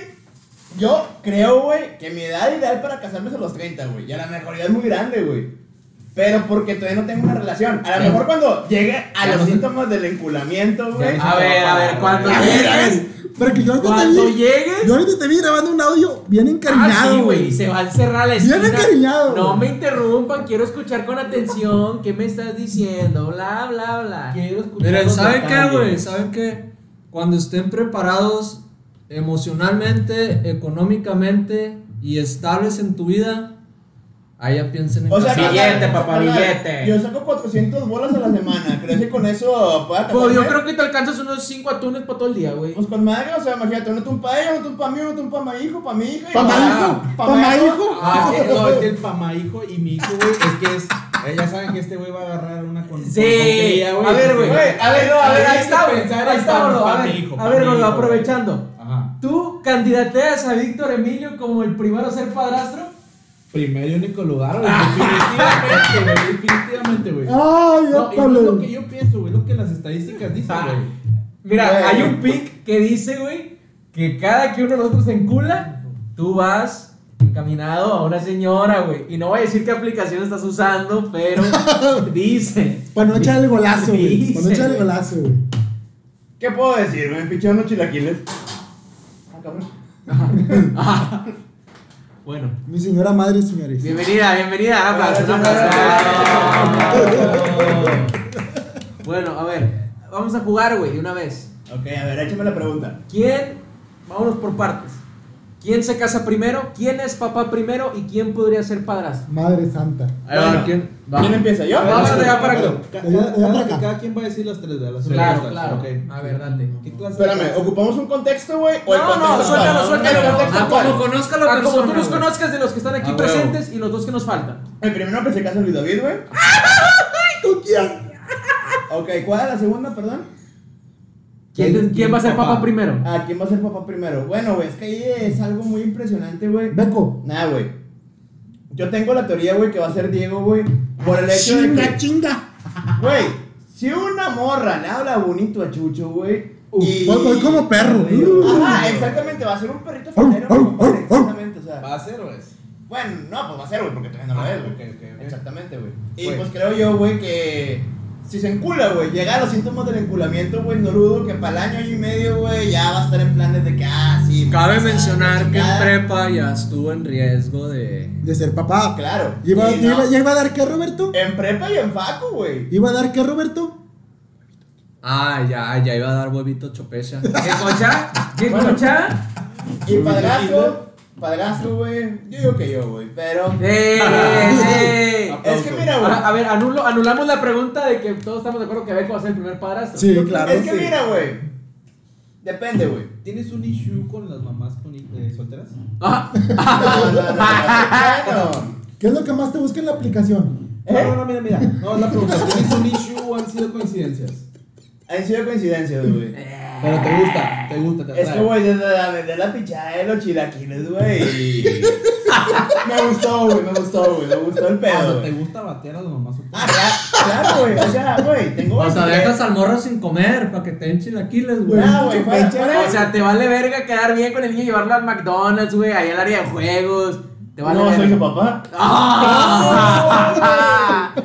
S4: yo creo, güey, que mi edad ideal para casarme es a los 30, güey. Y a la mejor ya es muy grande, güey. Pero porque todavía no tengo una relación. A lo mejor cuando llegue a los síntomas del enculamiento, güey.
S1: A ver, a ver, cuando
S4: A ver, a
S1: llegues.
S4: ver.
S3: Pero que yo ahorita te
S1: Cuando
S3: vi.
S1: llegues.
S3: Yo ahorita te vi grabando un audio bien
S1: Ah, sí,
S3: encariñado,
S1: güey.
S3: güey.
S1: Se va a encerrar la
S3: Bien
S1: esquina.
S3: encariñado,
S1: No
S3: güey.
S1: me interrumpan, quiero escuchar con atención qué me estás diciendo. Bla, bla, bla.
S6: Quiero escuchar
S2: Miren,
S6: los
S2: ¿saben qué,
S6: detalles.
S2: güey? ¿Saben qué? Cuando estén preparados emocionalmente, económicamente y estables en tu vida, ahí ya piensen en
S4: O sea,
S2: casarse.
S1: Billete,
S4: que-
S1: papá,
S4: carnal,
S1: billete.
S4: Yo saco 400 bolas a la semana. ¿Crees que con eso pueda casarme?
S1: Pues yo creo que te alcanzas unos 5 atunes para todo el día, güey.
S4: Pues con madre, o sea, imagínate, uno tumba para ella, uno tumba para mí, uno tumba para mi hijo, para mi hija. y
S3: ¿Pa'
S1: ah,
S4: para-
S3: mi hijo?
S4: pa'
S3: ¿Pa'
S4: mi
S3: mi
S4: hijo.
S3: hijo?
S6: Ah, es que, no, es que el pama hijo y mi hijo, güey, es que es. eh, ya saben que este güey va a agarrar una con. con
S1: Sí,
S6: tontería,
S1: a ver, güey.
S4: Güey,
S1: A ver, no, a ver, ahí está, güey.
S6: Pensar
S1: Ahí
S6: en
S1: está,
S6: pa-
S1: gordo. A
S6: pa' mi
S1: ver,
S6: hijo,
S1: a
S6: pa'
S1: ver,
S6: mi
S1: gordo,
S6: hijo, güey.
S1: aprovechando.
S6: Ajá.
S1: ¿Tú candidateas a Víctor Emilio como el primero a ser padrastro?
S6: Primero y único lugar, güey. Definitivamente, güey. Definitivamente, güey.
S3: Ay,
S6: No, y
S3: ya,
S6: no es lo
S3: Pablo.
S6: que yo pienso, güey, lo que las estadísticas dicen,
S1: Ah.
S6: güey.
S1: Mira,
S4: Güey.
S1: hay un pic que dice, güey, que cada que uno de nosotros se encula, tú vas encaminado a una señora, güey. Y no voy a decir qué aplicación estás usando,
S6: [LAUGHS]
S1: pero dice.
S3: Para no echar el golazo, güey.
S4: [LAUGHS]
S1: Dice,
S3: Para no echar el
S1: güey.
S3: golazo, güey.
S4: ¿Qué puedo decir? Me picharon unos chilaquiles. Ah, cabrón.
S1: Bueno,
S3: Mi señora madre, señores.
S1: bienvenida, bienvenida. Aplausos, aplausos. Bueno, a ver, vamos a jugar, güey, de una vez.
S4: Ok, a ver, échame la pregunta.
S1: ¿Quién? Vámonos por partes. ¿Quién se casa primero? ¿Quién es papá primero? ¿Y quién podría ser padrastro?
S3: Madre santa.
S2: Ahí va,
S4: Bueno,
S2: ¿quién? Va.
S4: ¿Quién empieza? ¿Yo?
S1: Vamos a dejar para acá.
S6: Ca-
S3: De allá- de allá
S6: cada-
S3: para acá.
S6: Cada quien va a decir las tres, ¿verdad? Las
S1: Claro,
S6: respuestas,
S1: claro.
S6: ok.
S1: A ver, date.
S6: ¿Qué clase de
S4: Espérame, ¿ocupamos un contexto, güey? ¿O el
S1: No,
S4: contexto
S1: no, suéltalo,
S4: actual?
S1: suéltalo.
S4: El contexto
S1: Ah,
S4: actual.
S2: conozca
S1: Ah, como tú nos conozcas de los que están aquí
S2: A huevo.
S1: presentes y los dos que nos faltan.
S4: El primero que se casa es Luis David, güey.
S3: ¿Con quién?
S4: Ok, ¿cuál es la segunda, perdón?
S1: ¿Quién,
S6: ¿Quién-
S1: quién va a ser
S6: papá?
S1: papá primero?
S4: Ah, ¿quién va a ser papá primero? Bueno, güey, es que ahí es algo muy impresionante, güey.
S3: Beco.
S4: Nada, güey. Yo tengo la teoría, güey, que va a ser Diego, güey. Por el hecho de
S3: Chinga,
S4: que.
S3: chinga.
S4: Güey, si una morra le habla bonito a Chucho, güey. Y...
S3: Voy, voy como perro.
S4: Ajá, exactamente, va a ser un perrito
S1: Oh,
S4: faldero,
S3: Au, au,
S4: compadre,
S3: au, au.
S4: Exactamente, o sea.
S6: ¿Va a ser o es?
S4: Bueno, no, pues va a ser, güey, porque todavía no lo
S6: Ah,
S4: es, güey.
S6: ok, ok, ok.
S4: Exactamente, güey. Y
S6: Güey.
S4: pues creo yo, güey, que si se encula, güey, llega a los síntomas del enculamiento, güey, no dudo que para el año y medio, güey, ya va a estar en planes de que, ah, sí. me
S1: Cabe
S4: voy a casar,
S1: mencionar
S4: la
S1: que en
S4: chingada.
S1: prepa ya estuvo en riesgo de.
S3: [LAUGHS] De ser papá.
S4: Claro.
S3: ¿Y iba,
S4: Y
S3: y iba-
S4: no,
S3: ya iba a dar qué, Roberto?
S4: En prepa y en facu, güey.
S3: ¿Iba a dar qué, Roberto?
S1: Ah, ya, ya iba a dar huevito chopecha. ¿Qué cocha? ¿Qué
S4: Bueno.
S1: cocha?
S4: Y padrastro, padrastro, güey, yo digo que yo, güey, pero...
S1: ¡Eh, eh, eh!
S4: Es que mira, güey.
S1: Ahora, a ver, anulo- anulamos la pregunta de que todos estamos de acuerdo que Beco va a ser el primer padrastro.
S3: Sí, claro.
S4: es que
S3: sí.
S4: mira, güey. Depende, güey.
S6: ¿Tienes un issue con las mamás con, eh, solteras?
S1: Ah,
S4: No, no, no, no, bueno.
S3: ¿Qué es lo que más te busca en la aplicación?
S4: ¿Eh?
S6: No, no, no, mira, mira. No, es la pregunta. ¿Tienes un issue o han sido coincidencias?
S4: Han sido coincidencias, güey.
S1: Eh,
S6: Pero te gusta, te gusta, te atrae.
S4: Es que, güey, desde la, desde la pichada de los chilaquiles, güey. me gustó, güey, me gustó, güey. Me gustó el pedo,
S6: Cuando te
S4: güey.
S6: gusta batear a las mamás solteras.
S4: Ah, cla- claro, güey. O sea, güey, tengo...
S1: o sea,
S4: 23.
S1: dejas al morro sin comer para que te den chilaquiles, güey.
S4: Ah, güey, fuera- fuera-
S1: O sea, te vale verga quedar bien con el niño y llevarlo al McDonald's, güey, ahí al área de juegos. Te vale
S4: No,
S1: verga.
S4: soy su papá.
S1: ¡Ah!
S4: No,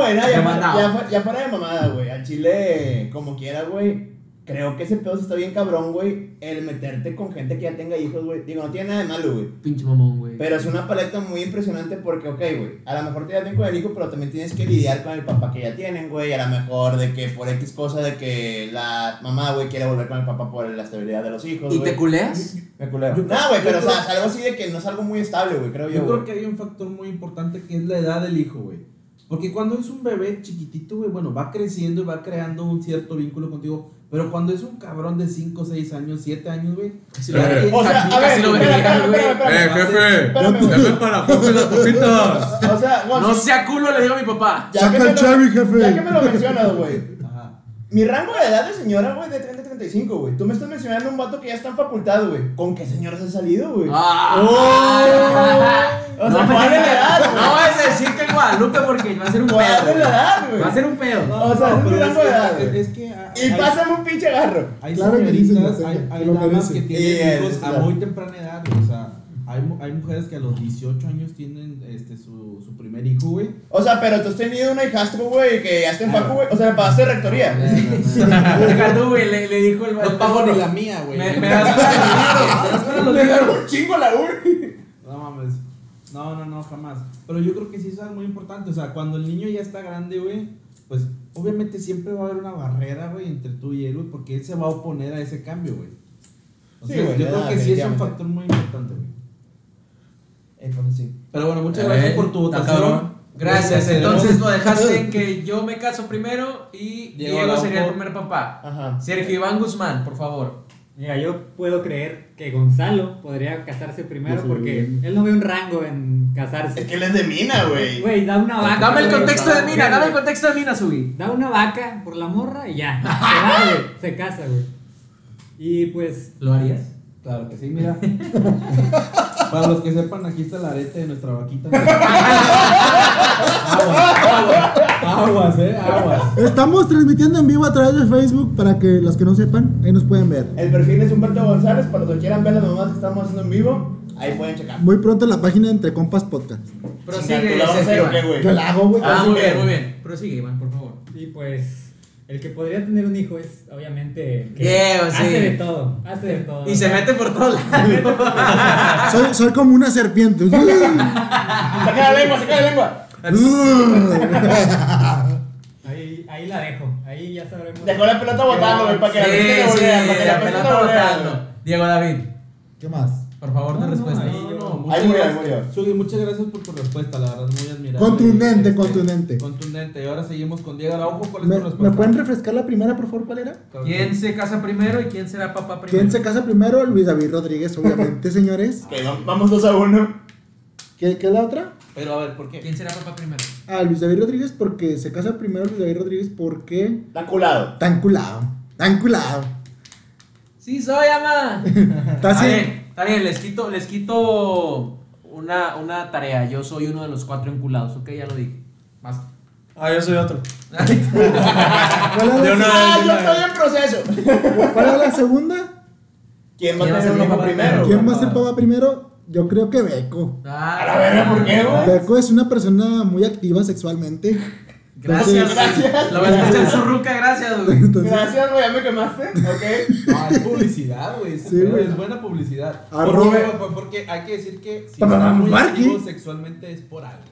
S4: güey, no, ya,
S1: Te
S4: fuera,
S1: mandaba.
S4: ya, fuera- ya fuera de mamada, güey. Al chile, como quiera, güey. Creo que ese pedo sí está bien cabrón, güey. El meterte con gente que ya tenga hijos, güey. Digo, no tiene nada de malo, güey.
S1: Pinche mamón, güey.
S4: Pero es una paleta muy impresionante porque, ok, güey, a lo mejor te llevas bien con el hijo, pero también tienes que lidiar con el papá que ya tienen, güey. A lo mejor de que por X cosa de que la mamá, güey, quiere volver con el papá por la estabilidad de los hijos,
S1: ¿Y te
S4: güey.
S1: culeas?
S4: Me culero.
S6: Yo-
S4: No, güey,
S6: yo
S4: pero o
S6: creo-
S4: sea, es algo así de que no es algo muy estable, güey, creo yo,
S6: Yo creo
S4: güey.
S6: que hay un factor muy importante que es la edad del hijo, güey. Porque cuando es un bebé chiquitito, güey, bueno, va creciendo y va creando un cierto vínculo contigo. Pero cuando es un cabrón de 5, 6 años, 7 años, güey.
S1: Casi
S6: ya
S1: lo
S6: tiene-
S1: vería.
S4: O sea,
S1: Casi-
S4: a ver,
S1: casi lo vería,
S4: espera, espera,
S1: güey.
S4: espera, espera. Espérame, güey.
S3: dame para comer las papitas.
S4: O sea, Gonzo,
S1: No sea culo, le digo a mi papá.
S4: ya
S3: Saca
S4: que me
S3: el
S4: lo-
S3: Chevy, jefe.
S4: Ya que me lo mencionas, güey.
S6: Ajá.
S4: Mi rango de edad de señora, güey, de 30 a 35, güey. Tú me estás mencionando un vato que ya está en facultad, güey. ¿Con qué señoras has salido, güey?
S1: ¡Ah!
S4: Oh. O
S1: no,
S4: sea,
S1: me
S4: ¿cuál es la
S1: digas-
S4: edad, güey?
S1: no vas a decir que en Guadalupe porque va a ser un pedo.
S4: ¿Cuál es la
S1: güey.
S4: edad, güey?
S1: Va a ser un
S4: [LAUGHS]
S1: pedo.
S4: O sea, es
S6: pero
S4: una
S6: es
S4: novedad,
S6: que-
S4: güey.
S6: es que a-
S4: Y
S6: hay-
S4: pásame un pinche garro.
S6: Hay
S3: Claro que
S6: señoritas,
S3: dices, José,
S6: hay, hay
S3: lo
S6: damas
S3: merece.
S6: que
S4: Eh,
S6: tienen hijos a
S4: claro.
S6: muy temprana edad, güey, o sea, hay, mu- hay mujeres que a los 18 años tienen este, su, su primer hijo, güey.
S4: O sea, pero tú has tenido una hijastro, güey, que ya está en facu, güey. O sea, me pasaste de rectoría.
S1: Deja tú, güey, le, le dijo el
S6: No pago ni la mía, güey.
S1: Me, me das para los libros, me das para los
S4: Me
S1: libros.
S4: dieron un chingo la UR.
S6: No mames. No, no, no, jamás. Pero yo creo que sí es algo muy importante. O sea, cuando el niño ya está grande, güey, pues obviamente siempre va a haber una barrera, güey, entre tú y él, güey, porque él se va a oponer a ese cambio, güey.
S4: Sí,
S6: Entonces,
S4: güey,
S6: yo
S4: ya,
S6: creo que sí es un
S4: definitivamente.
S6: factor muy importante, güey.
S4: Eh, pues sí.
S6: Pero bueno, muchas
S1: Eh,
S6: gracias por tu
S1: está
S6: votación.
S1: cabrón. Gracias,
S6: Gracias,
S1: entonces
S6: Diego.
S1: lo dejaste en que yo me caso primero y
S6: Diego
S1: Diego,
S6: Araujo.
S1: sería el primer papá.
S4: Ajá.
S1: Sergio Iván Guzmán, por favor.
S5: Mira, yo puedo creer que Gonzalo podría casarse primero porque él no ve un rango en casarse.
S4: Es que él es de mina, güey.
S5: Güey, da una vaca.
S1: Dame el
S5: güey,
S1: contexto
S5: o sea,
S1: de Mina,
S5: güey,
S1: dame el contexto de Mina, subí.
S5: Da una vaca por la morra y ya. Se va, güey. Se casa, güey. Y pues.
S1: ¿Lo harías?
S6: Claro que sí, mira. Para los que sepan, aquí está el arete de nuestra vaquita. Aguas, aguas, aguas, eh, aguas.
S3: Estamos transmitiendo en vivo a través de Facebook para que los que no sepan, ahí nos pueden ver.
S4: El perfil es Humberto González. Para los que quieran ver las mamás que estamos haciendo en vivo, ahí pueden checar.
S3: Muy pronto en la página de Entre Compas Podcast.
S4: Chinga, ¿Tú
S1: Prosigue,
S4: la vas a hacer
S1: Sergio
S4: o qué,
S1: Iván.
S4: güey?
S3: Yo la hago, güey.
S1: Ah,
S4: Así
S1: muy
S4: que-
S1: bien, muy bien. Prosigue, Iván, por favor.
S5: Y pues. El que podría tener un hijo es, obviamente. el que
S1: Yeah,
S5: hace
S1: sí.
S5: de todo. Hace de todo.
S1: Y se mete por todos lados.
S3: Soy, soy como
S4: [LAUGHS]
S3: una serpiente.
S4: Saca la lengua, saca la lengua.
S5: Ahí, ahí la dejo. Ahí ya sabremos.
S4: Dejó la pelota botando, güey, para que la
S1: Sí,
S4: pelota no
S1: sí,
S4: volviera. Para que
S1: la
S4: la pelota
S1: pelota
S4: no volviera.
S1: volando. Diego David,
S3: ¿Qué más?
S1: por favor, tu
S6: No, no,
S1: respuesta.
S6: ahí no,
S4: Ahí
S6: muchas
S4: murió, ahí
S6: gracias.
S4: murió.
S6: Sugui, muchas gracias por tu respuesta, la verdad, muy admirable.
S3: Contundente,
S6: Este,
S3: contundente.
S6: Contundente. Y ahora seguimos con Diego Araujo. ¿Cuál es
S3: ¿Me,
S6: tu
S3: me
S6: respuesta?
S3: pueden refrescar la primera, por favor, cuál era?
S6: Claro que
S1: ¿Quién
S6: sí.
S1: se casa primero y quién será papá primero?
S3: ¿Quién se casa primero? Luis David Rodríguez,
S6: [LAUGHS]
S3: obviamente, señores.
S4: Ok, va- vamos dos a uno.
S3: ¿Qué, qué es la otra?
S6: Pero a ver, ¿por qué?
S1: ¿Quién será papá primero?
S3: Ah, Luis David Rodríguez porque se casa primero Luis David Rodríguez porque...
S4: Está culado.
S3: Tan culado, tan culado.
S1: Sí, soy, ama.
S3: Está
S1: Está
S3: así.
S1: bien, está bien, les quito, les quito una, una tarea. Yo soy uno de los cuatro enculados, ok, ya lo dije. Basta.
S2: Ah, yo soy otro.
S3: ¿Cuál es
S2: De
S3: la,
S2: una
S4: Ah,
S2: vez, de
S4: yo
S2: una
S4: estoy en proceso.
S3: cuál es la segunda?
S4: ¿Quién va a tener un hijo primero?
S3: ¿Quién va a ser
S6: Ah.
S3: papá primero? Yo creo que Beco.
S1: Ah,
S4: A la verga, ¿por qué, güey?
S3: Beco es una persona muy activa sexualmente.
S1: Gracias, gracias. Lo voy a escuchar Zurruca, gracias, güey.
S3: Entonces,
S4: Gracias, güey, ya me quemaste, ¿ok?
S6: No, es publicidad, güey. ese
S3: Sí,
S6: pedo
S3: güey.
S6: Es buena publicidad.
S3: Arroba.
S6: Porque, porque- porque hay que decir que si
S3: Para
S6: está muy
S3: marketing.
S6: activo sexualmente es por algo.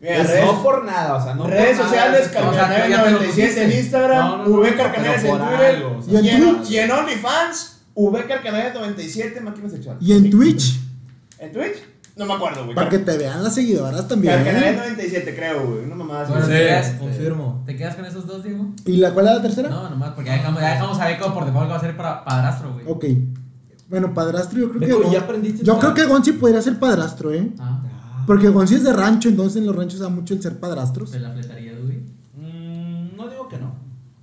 S4: Mira,
S6: Es
S4: redes,
S6: no por nada, o sea, no por
S4: redes
S6: nada,
S4: sociales,
S6: es que- o sea,
S1: Carcanelas
S6: que ya te lo
S4: 97 en
S6: pusiste.
S4: Instagram,
S6: No, no, no,
S4: V
S6: pero
S4: Carcanelas en
S6: por
S4: Twitter.
S6: algo, o sea,
S3: ¿Y en
S4: Y en,
S3: Twitch?
S4: y en OnlyFans, V Carcanelas 97, máquina sexual.
S3: y en Twitch,
S4: ¿En Twitch? No me acuerdo, güey.
S3: para que te vean las seguidoras
S4: Carcanelas
S3: también.
S4: 97, creo, güey. Una mamada así.
S1: Bueno,
S2: Sí,
S1: ¿te quedas-
S2: confirmo.
S1: ¿Te quedas con esos dos, Diego?
S3: ¿Y la cuál es la tercera?
S1: No, nomás, porque ya dejamos, ya dejamos saber cómo por default que va a ser para padrastro, güey.
S3: Ok. Bueno, padrastro, yo creo
S6: Beto,
S3: que.
S6: ya
S3: Gon-
S6: aprendiste
S3: yo
S6: todo.
S3: creo que Gonzi podría ser padrastro, ¿eh?
S1: Ah,
S3: Porque Gonzi es de rancho, entonces en los ranchos da mucho el ser padrastros.
S1: se la fletaría, güey.
S6: Mm, no digo que no.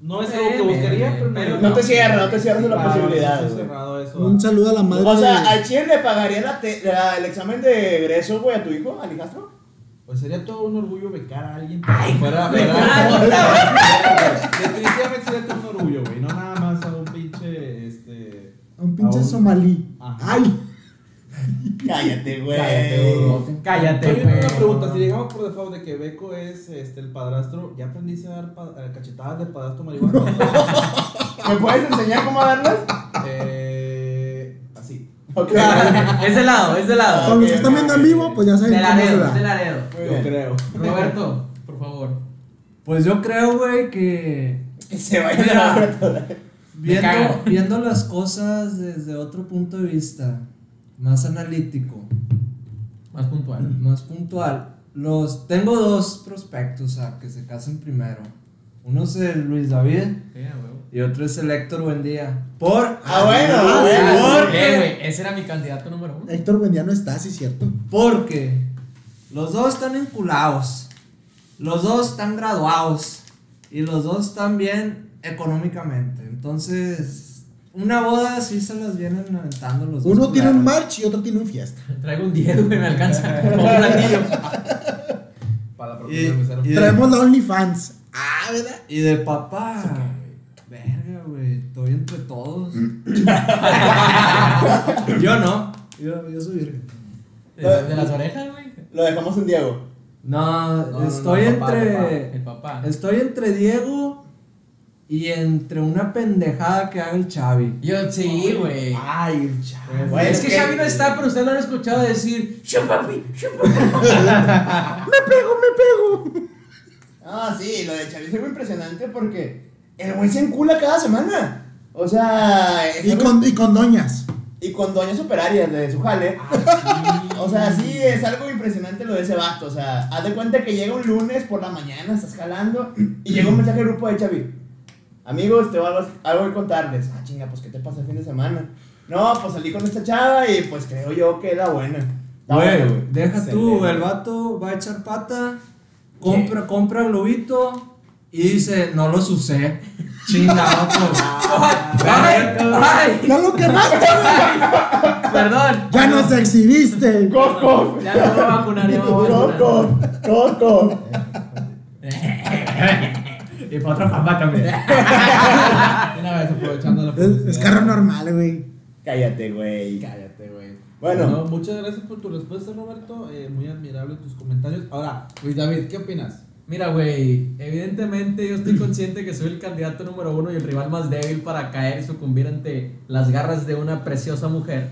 S6: No es
S1: Eh,
S6: algo que buscaría,
S1: eh,
S6: pero
S1: pero
S4: No te cierres, no te cierres la
S6: Claro,
S4: posibilidad,
S6: no estoy
S4: güey.
S6: Ah, cerrado a eso. ah.
S3: Un saludo a la madre.
S4: O sea,
S3: de-
S4: ¿a quién le pagaría la te- la- el examen de egreso, güey, a tu hijo, al hijastro?
S6: Pues sería todo un orgullo becar a alguien. Ay,
S2: [LAUGHS]
S6: fuera,
S1: becar,
S6: Definitivamente sería todo un orgullo, güey. No nada más a un pinche. Este.
S3: a un pinche
S6: a un-
S3: somalí.
S6: Ajá.
S3: Ay,
S4: Cállate, güey.
S1: Cállate,
S6: Oye,
S1: güey.
S6: una pregunta. Si llegamos por default de que Beco es este, el padrastro, ¿ya aprendiste a dar pa- eh, cachetadas de padrastro marihuana?
S4: ¿Me puedes enseñar cómo darlas?
S6: eh, así.
S4: Ok.
S1: Es de lado, es de
S3: para
S1: lado.
S3: los que están viendo en vivo, pues ya
S1: De
S3: saben cómo se
S1: Laredo, de
S3: da.
S1: Laredo.
S4: Muy
S6: Yo
S4: bien.
S6: creo.
S1: Roberto, por favor.
S2: Pues yo creo, güey, que
S4: Que se vaya
S2: Mira.
S4: a la hora.
S2: viendo,
S1: cago.
S2: viendo las cosas desde otro punto de vista, más analítico,
S1: Más puntual.
S2: más puntual, los tengo dos prospectos a que se casen primero. Uno es el Luis David y otro es el Héctor Buendía. Por
S4: Ah, bueno,
S2: Ah,
S4: bueno.
S2: sí,
S1: ¿Por
S2: porque-
S1: qué, güey? Ese era mi candidato número uno.
S3: Héctor Buendía no está, sí, cierto.
S2: Porque los dos están enculados, los dos están graduados y los dos están bien económicamente. Entonces, una boda sí se las vienen aventando los dos.
S3: Uno tiene un
S2: culeros.
S3: march y otro tiene un fiesta.
S1: Traigo un 10, güey, me alcanza. Con un platillo.
S6: Para la propina
S2: Y,
S6: del mesero.
S2: y de,
S3: Traemos la OnlyFans. Ah, ¿verdad?
S2: y de papá. Verga, güey. Estoy entre todos. [LAUGHS] yo no. Yo, yo soy virgen.
S1: De, de las orejas, güey.
S4: Lo dejamos en Diego.
S2: No,
S6: no, no,
S2: estoy
S6: papá,
S2: entre.
S1: El papá.
S2: Estoy entre Diego y entre una pendejada que haga el Xavi.
S1: Yo sí, güey.
S2: Ay, el Xavi.
S4: Güey,
S1: Ah, es
S4: es
S1: que
S4: que-
S1: Xavi no está, pero ustedes lo han escuchado decir. "Shoo, papi, shoo, papi".
S4: Ah, sí, lo de Chavis es muy impresionante porque el güey se encula cada semana. O sea, es
S3: Y
S4: algo-
S3: con, y con doñas.
S4: y con doñas operarias de su jale. O sea, Ah, sí, es algo impresionante lo de ese vato. O sea, haz de cuenta que llega un lunes por la mañana, estás jalando, y llega un mensaje al grupo de Chavi. Amigos, te voy a algo que contarles. Ah, chinga, pues, ¿qué te pasa el fin de semana? No, pues salí con esta chava y pues creo yo que era buena. Está buena,
S2: Güey, deja tú,
S4: Excelente.
S2: el vato va a echar pata, compra, compra globito y dice, no los usé. Chingado,
S1: ¡Ay! ¡Ay!
S3: ¡No lo quemaste!
S1: Perdón.
S3: ¡Ya nos exhibiste!
S4: Cof, cof.
S1: Ya no me voy a vacunar, ya me voy a
S4: Cof,
S1: vacunar.
S4: cof, cof, cof.
S2: Y para otra papá también.
S6: [LAUGHS] Una vez aprovechando la
S3: Es, es
S6: publicidad.
S3: carro normal, güey.
S4: Cállate, güey.
S6: Cállate, güey.
S4: Bueno.
S6: muchas gracias por tu respuesta, Roberto. Eh, muy admirable tus comentarios. Ahora, Luis David, ¿qué opinas?
S1: Mira, güey, evidentemente yo estoy consciente que soy el candidato número uno y el rival más débil para caer y sucumbir ante las garras de una preciosa mujer.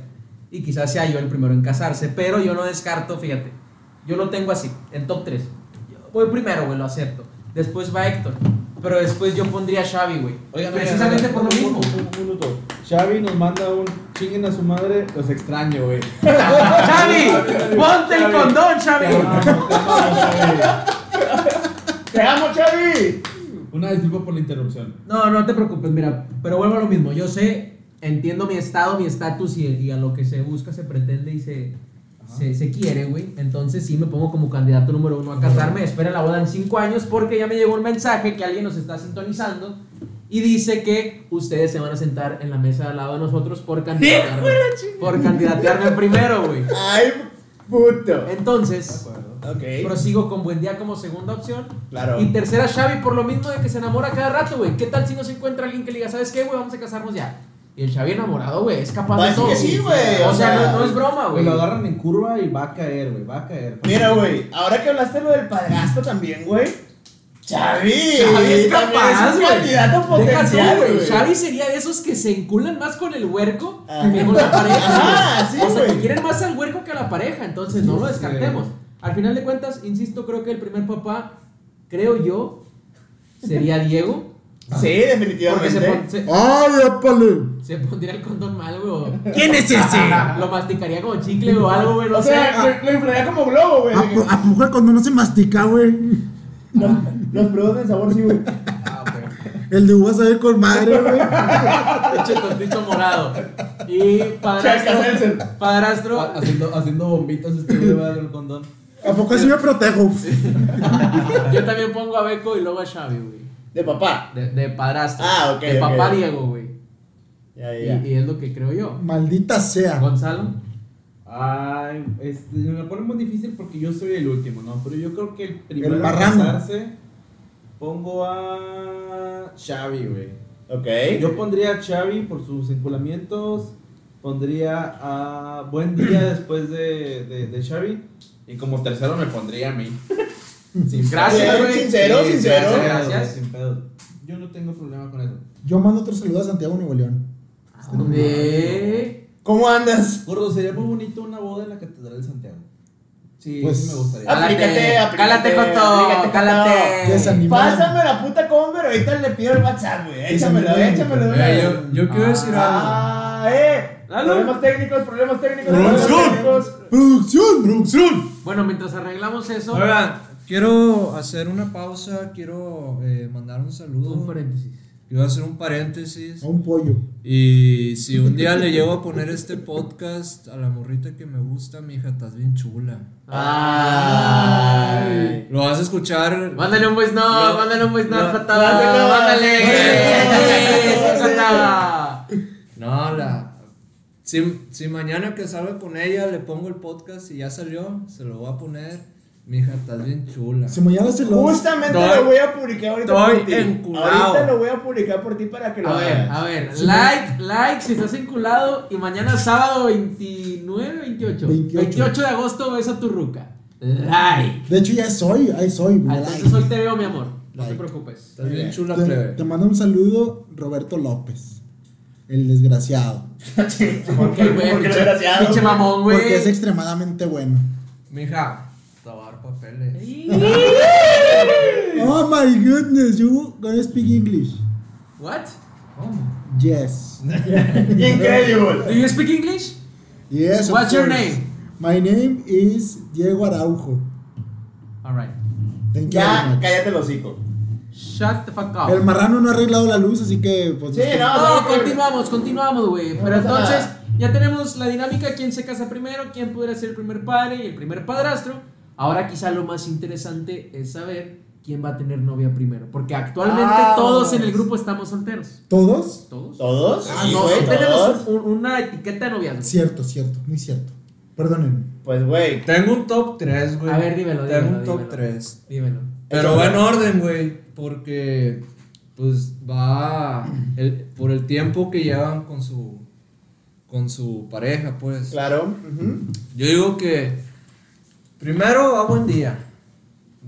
S1: Y quizás sea yo el primero en casarse, pero yo no descarto, fíjate. Yo lo tengo así, en top 3. Voy primero, güey, lo acepto. Después va Héctor. Pero después yo pondría a Xavi, güey.
S6: Oigan,
S1: Precisamente
S6: oigan,
S1: por lo
S6: un-
S1: mismo.
S6: un- un- un minuto. Xavi nos manda un chinguen a su madre, los extraño, güey.
S1: ¡Xavi! ¡Ponte el
S6: Xavi.
S1: condón, Xavi!
S6: Te amo, te amo, Xavi.
S4: ¡Te amo, Chavi!
S6: Una disculpa por la interrupción.
S1: No, no te preocupes, mira, pero vuelvo a lo mismo. Yo sé, entiendo mi estado, mi estatus y, y a lo que se busca, se pretende y se, se, se quiere, güey. Entonces sí me pongo como candidato número uno a casarme. Espera la boda en cinco años porque ya me llegó un mensaje que alguien nos está sintonizando y dice que ustedes se van a sentar en la mesa al lado de nosotros por candidatearme, por candidatearme primero, güey.
S4: ¡Ay, puto!
S1: Entonces,
S4: Ok.
S1: prosigo con Buen Día como segunda opción.
S4: Claro.
S1: Y tercera, Xavi, por lo mismo de que se enamora cada rato, güey. ¿Qué tal si no se encuentra alguien que le diga, ¿sabes qué, güey? Vamos a casarnos ya. Y el Xavi enamorado, güey, es capaz
S4: Va a
S1: de
S4: decir
S1: todo.
S4: que sí, güey,
S1: O
S4: o
S1: sea,
S4: sea,
S1: no, no es broma,
S6: Güey,
S1: Ah, güey.
S6: lo agarran en curva y va a caer, güey. Va a caer.
S4: Mira, güey, ahora que hablaste lo del padrastro también, güey. Xavi,
S1: Xavi es
S4: también
S1: capaz,
S4: es un
S1: güey.
S4: candidato
S1: Deja tú,
S4: potencial,
S1: güey.
S4: güey.
S1: Xavi sería de esos que se enculan más con el huerco
S4: Ajá.
S1: que con la pareja.
S4: Ajá, Ah. sí,
S1: güey. o sea, que
S4: güey.
S1: quieren más al huerco que a la pareja, entonces no lo descartemos. Al final de cuentas, insisto, creo que el primer papá, creo yo, sería Diego.
S4: Sí,
S1: Porque se, pon-
S4: definitivamente.
S1: se-
S3: ¡Ay, épale!
S1: se pondría el condón mal, güey.
S4: [LAUGHS]
S1: o
S3: ¿Quién es ese?
S1: [LAUGHS] Lo masticaría como chicle güey, o algo, güey. No
S4: O sea,
S1: sé.
S4: lo- lo inflaría como globo, güey.
S1: Ah,
S3: ¿A,
S1: pues.
S3: po- a poco cuando no se mastica, güey?
S4: Los, los productos de sabor, sí, güey.
S1: Ah, pero-
S3: El de uva sabe con madre, güey.
S1: Pinche tontito morado. Y padrastro.
S4: Chaca Seltzer. Ah,
S1: Padrastro.
S6: Haciendo, haciendo bombitas este güey va a dar el condón.
S3: ¿A poco así me protejo?
S1: Yo también pongo a Beco y luego a Xavi, güey.
S4: De papá.
S1: De, de padrastro.
S4: Ah, ok,
S1: De
S4: ok,
S1: papá
S4: ok.
S1: Diego, güey.
S4: Ya, ya,
S1: Y,
S4: ya.
S1: y es lo que creo yo.
S3: Maldita sea.
S1: Gonzalo.
S6: Ay, este, me la pone muy difícil porque yo soy el último, ¿no? Pero yo creo que el primero en
S3: marrano.
S6: casarse, pongo a Xavi, güey.
S4: Ok.
S6: Yo pondría a Xavi por sus enculamientos, pondría a Buen Día después de, de, de Xavi, y como tercero me pondría a mí. Sin
S1: Gracias,
S6: pedo.
S1: güey.
S4: Sincero,
S6: Sí,
S4: sincero.
S6: sin pedo,
S1: Gracias.
S6: Sin pedo. Yo no tengo problema con eso.
S3: Yo mando otro saludo a Santiago Nuevo León.
S1: De...
S4: ¿Cómo andas?
S6: Gordo, sería muy bonito una boda en la Catedral de Santiago. Sí,
S3: Pues-
S6: sí me gustaría.
S4: Ah, Aplícate,
S1: Cálate,
S4: aplícate,
S1: con todo.
S4: aplícate,
S1: Cálate.
S3: Desanima. Ni
S4: Pásame la puta Conver, ahorita le pido el WhatsApp, güey. Échamelo,
S3: Desanimado.
S4: échamelo,
S2: Mira,
S4: güey.
S2: yo, yo quiero decir algo.
S4: Ah, eh.
S1: Dalo.
S4: Problemas técnicos, problemas técnicos,
S3: Producción.
S4: problemas técnicos.
S3: ¡Producción! ¡Producción!
S1: Bueno, mientras arreglamos eso.
S2: Oigan, quiero hacer una pausa, quiero eh, mandar un
S1: Un
S2: saludo.
S1: paréntesis.
S2: Quiero hacer un paréntesis.
S3: A un pollo.
S2: Y si un día le llego a poner este podcast a la morrita que me gusta, mi hija, estás bien chula.
S4: Ay.
S2: Lo vas a escuchar.
S1: Mándale un voice no,
S2: No.
S1: mándale un voice no,
S2: No.
S1: Jota,
S4: Mándalo.
S1: Mándale.
S4: Mándalo.
S1: Jota.
S2: No, la. Si, si mañana que salga con ella le pongo el podcast y ya salió, se lo voy a poner. Mi hija, estás bien chula.
S3: Si mañana se lo.
S4: Justamente
S2: Estoy-
S4: lo voy a publicar ahorita
S2: estoy
S4: por ti.
S2: enculado.
S4: Ahorita lo voy a publicar por ti para que lo
S1: A ver,
S4: veas.
S1: a ver. Like, like si estás enculado. Y mañana sábado 29, 28.
S3: 28.
S1: 28 de agosto ves a tu ruca. Like.
S3: De hecho, ya soy, ahí Ah, soy. güey.
S1: Entonces hoy te veo, mi amor. No te
S3: Like.
S1: preocupes.
S2: Estás bien chula,
S3: Te,
S2: plebe.
S3: te manda un saludo Roberto López, el desgraciado.
S1: Porque, güey,
S4: Porque
S1: pinche,
S4: desgraciado,
S1: pinche
S4: güey.
S1: mamón, güey.
S3: Porque es extremadamente bueno.
S2: Mi hija, te voy a dar papeles.
S3: Oh my goodness, you gonna speak English.
S1: What?
S3: Yes.
S1: Do
S4: Incredible.
S1: you speak English?
S3: Yes. of
S1: What's your
S3: course.
S1: name?
S3: My name is Diego Araujo.
S1: All right.
S3: Thank you very
S4: Ya,
S3: much.
S4: cállate el hocico.
S1: Shut the fuck
S3: El
S1: up.
S3: marrano no ha arreglado la luz, así que pues.
S4: Sí,
S3: es que-
S4: no.
S1: No, continuamos, continuamos, güey. Pero
S4: pasa nada.
S1: entonces ya tenemos la dinámica, quién se casa primero, quién podría ser el primer padre y el primer padrastro. Ahora quizá lo más interesante es saber quién va a tener novia primero. Porque actualmente
S4: Ah,
S1: todos en
S4: vamos.
S1: el grupo estamos solteros.
S3: ¿Todos?
S1: ¿Todos?
S4: ¿Todos?
S1: Ah,
S4: Sí,
S1: no,
S4: güey,
S1: tenemos
S4: todos.
S1: un- una etiqueta de noviazgo.
S3: Cierto, cierto, muy cierto. Perdónenme.
S4: Pues, güey.
S2: Tengo un top 3, güey.
S1: A ver, dímelo, dímelo.
S2: Tengo un top
S1: dímelo.
S2: 3.
S1: Dímelo.
S2: Pero va en orden, güey, porque pues va el- por el tiempo que llevan con su con su pareja, pues.
S4: Claro. ujú.
S2: Yo digo que primero va buen día.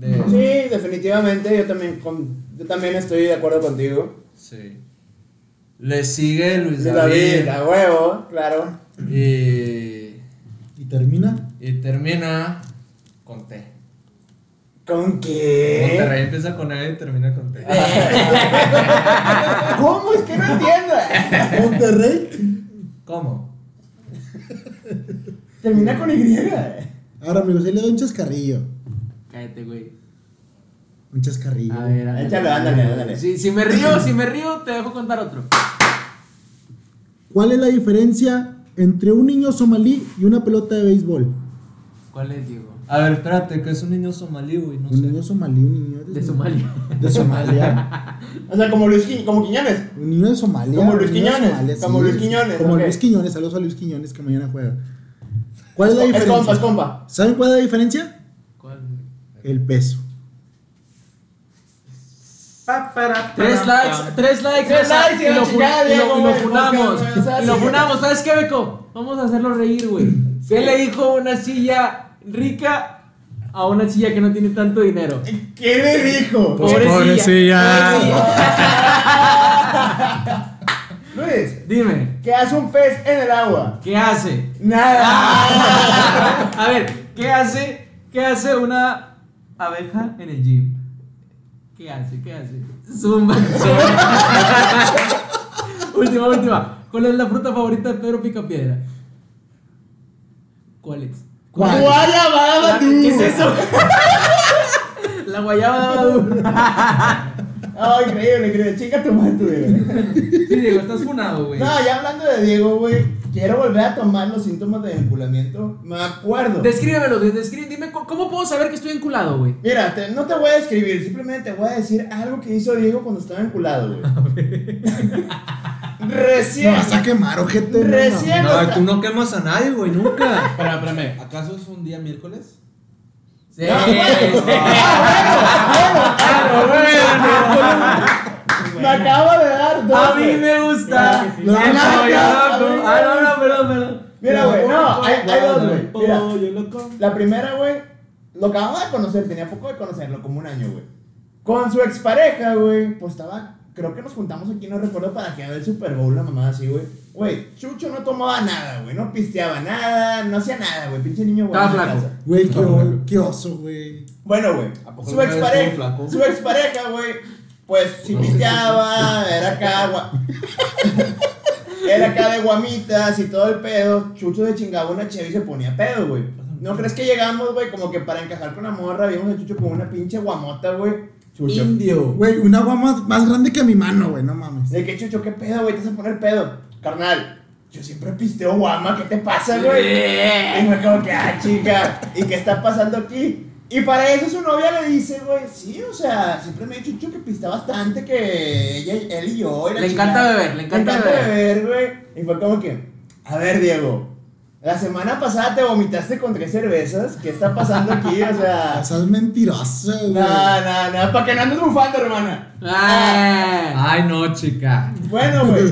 S4: Sí,
S2: De,
S4: definitivamente. Yo también, con- yo también estoy de acuerdo contigo.
S2: sí. Le sigue Luis
S4: Luis David,
S2: Pues, David,
S4: a huevo, claro.
S2: y,
S3: Y termina.
S2: Eh, y termina con T.
S4: ¿Con qué?
S2: Monterrey empieza con E y termina con T.
S4: ¿Cómo? Es que no entiendo.
S1: [LAUGHS]
S3: Monterrey.
S2: ¿Cómo?
S4: Termina con Y.
S3: Ahora, amigos, ahí le doy un chascarrillo.
S1: Cállate, güey.
S3: Un chascarrillo.
S1: A ver, ándale.
S4: Échalo, ándale, ándale.
S1: Si, si me río, si me río, te dejo contar otro.
S3: ¿Cuál es la diferencia entre un niño somalí y una pelota de béisbol?
S1: ¿Cuál es, Diego?
S2: A ver, espérate, que es un niño somalí, güey, no
S3: Un niño
S2: sé.
S3: somalí, un niño
S1: De Somalia.
S3: De Somalia.
S4: O sea, como Luis Qui- como Quiñones.
S3: Un niño de Somalia.
S4: Como
S3: un
S4: Luis
S3: niño de
S4: Quiñones,
S3: Somalia, sí.
S4: como Luis Quiñones,
S3: Como
S4: ok.
S3: Luis Quiñones. Saludos a Luis Quiñones que mañana juega. ¿Cuál es la
S4: Es
S3: diferencia?
S4: compa, es compa.
S3: ¿Saben cuál es la diferencia?
S1: ¿Cuál, güey?
S3: El peso.
S1: Tres likes, tres likes,
S4: Tres
S1: raza,
S4: likes,
S1: y lo,
S4: la chingada,
S1: fun- y lo-
S4: Diego,
S1: y lo
S4: güey,
S1: funamos.
S4: porque, o sea,
S1: Y lo
S4: sí.
S1: funamos, ¿sabes qué, Beco? Vamos a hacerlo reír, güey. ¿Qué le dijo una silla rica a una chilla que no tiene tanto dinero.
S4: ¿Qué le dijo?
S1: Pues Pobrecilla.
S4: pobrecilla. Luis,
S1: Dime,
S4: ¿qué hace un pez en el agua?
S1: ¿qué hace? [LAUGHS]
S4: Nada.
S1: A ver, ¿qué hace? ¿Qué hace una abeja en el gym? ¿Qué hace? ¿Qué hace? Zumba. [LAUGHS] última, última. ¿Cuál es la fruta favorita de Pedro Picapiedra? ¿Cuál es?
S4: ¿Cuál la baba tú?
S1: ¿Qué es eso? [LAUGHS] la guayaba de Abadú.
S4: Ay, Oh, increíble, increíble. Chica tu madre, tú, güey.
S1: Sí, Diego, estás funado, güey.
S4: No, ya hablando de Diego, güey. Quiero volver a tomar los síntomas de enculamiento. Me acuerdo.
S1: Descríbemelo, güey, descrí- dime cu- cómo puedo saber que estoy enculado, güey.
S4: Mira, te- no te voy a describir, simplemente te voy a decir algo que hizo Diego cuando estaba enculado,
S1: [LAUGHS]
S4: güey.
S3: Me
S4: recién.
S3: vas a quemar, ojete. no,
S4: recién.
S2: No,
S4: hasta-
S2: tú no quemas a nadie, güey, nunca.
S6: Espérame, espérame. ¿Acaso es un día miércoles?
S1: Sí.
S2: Eh,
S4: Ah, bueno, ah, bueno, Me acabo de dar dos.
S1: A mí
S4: güey.
S1: me gusta.
S5: Claro que sí.
S1: La
S3: No, no,
S1: guayaba
S4: no,
S1: con-
S4: no.
S1: Ah, no, no, perdón, perdón.
S4: Mira, güey, no, hay, hay dos, güey. Mira,
S6: Pollo loco.
S4: la primera, güey, lo acababa de conocer, tenía poco de conocerlo, como un año, güey. Con su expareja, güey, pues estaba, creo que nos juntamos aquí, no recuerdo para qué, a ver el Super Bowl, la mamá así, güey. Güey, Chucho no tomaba nada, güey, no pisteaba nada, no hacía nada, güey, pinche niño, güey.
S1: Estaba
S4: en la
S1: flaco.
S4: casa.
S3: Güey, qué, o- qué oso, güey.
S4: Bueno, güey,
S6: ¿A
S4: su
S6: poco alguna vez estuvo
S4: expareja,
S6: flaco?
S4: su expareja, güey, pues si pisteaba, era acá,
S6: [LAUGHS]
S4: gua- era acá de guamitas y todo el pedo, Chucho se chingaba una cheve y se ponía pedo, güey. ¿No crees que llegamos, güey, como que para encajar con la morra, vimos a Chucho con una pinche guamota, güey? Chucho.
S6: Indio.
S3: Güey, una agua más, más grande que mi mano, güey, no mames.
S4: De que Chucho, ¿qué pedo, güey? Te vas a poner pedo. Carnal, yo siempre pisteo guama, ¿qué te pasa, güey? Y me como que, ah, chica, ¿y qué está pasando aquí? Y para eso su novia le dice, güey, sí, o sea, siempre me ha dicho Chucho que pista bastante, que ella, él y yo. y la
S1: Le encanta
S4: chingada.
S1: beber, le encanta
S4: beber, güey. Y fue como que, a ver, Diego, la semana pasada te vomitaste con tres cervezas, ¿qué está pasando aquí? O
S1: [LAUGHS]
S4: sea,
S3: O sea, es mentiroso, güey.
S4: nada, nada, nada, para que no andes bufando, hermana.
S1: Ah.
S2: Ay, no, chica.
S4: Bueno, güey.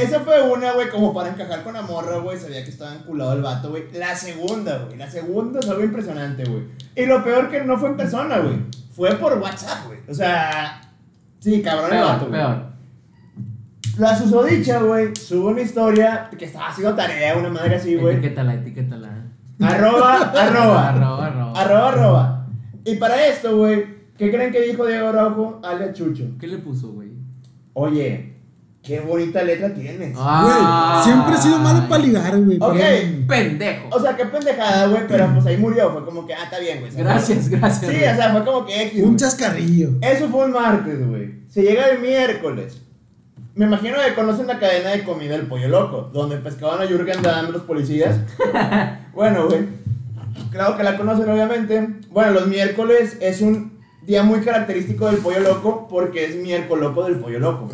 S4: Esa fue una, güey, como para encajar con la morra, güey. Sabía que estaba enculado el vato, güey. La segunda, güey. La segunda es algo impresionante, güey. Y lo peor que no fue en persona, güey. Fue por WhatsApp, güey. O sea, sí, cabrón el vato,
S1: Peor,
S4: güey.
S1: peor.
S4: La susodicha, güey, sube una historia que estaba haciendo tarea, una madre así, güey.
S1: Etiquétala, etiquétala. [LAUGHS]
S4: Arroba,
S1: Arroba,
S4: arroba.
S1: arroba.
S4: Arroba, arroba. Y para esto, güey, ¿qué creen que dijo Diego Araujo al Chucho?
S1: ¿Qué le puso, güey?
S4: Oye, qué bonita letra tienes.
S3: Güey, siempre he sido malo para ligar, güey.
S4: Ok.
S3: perdón.
S1: Pendejo.
S4: O sea, qué pendejada, güey, pero pues ahí murió. Fue como que, ah, está bien, güey. se
S1: Gracias, gracias.
S4: fue. Sí, o
S1: güey.
S4: sea, fue como que X.
S3: Un
S4: güey.
S3: chascarrillo.
S4: Eso fue un martes, güey. Se llega el miércoles. Me imagino que conocen la cadena de comida El Pollo Loco, donde pescaban a Jürgen Damm los policías. bueno, güey. Claro que la conocen, obviamente. Bueno, los miércoles es un día muy característico del Pollo Loco porque es miércoles loco del Pollo Loco.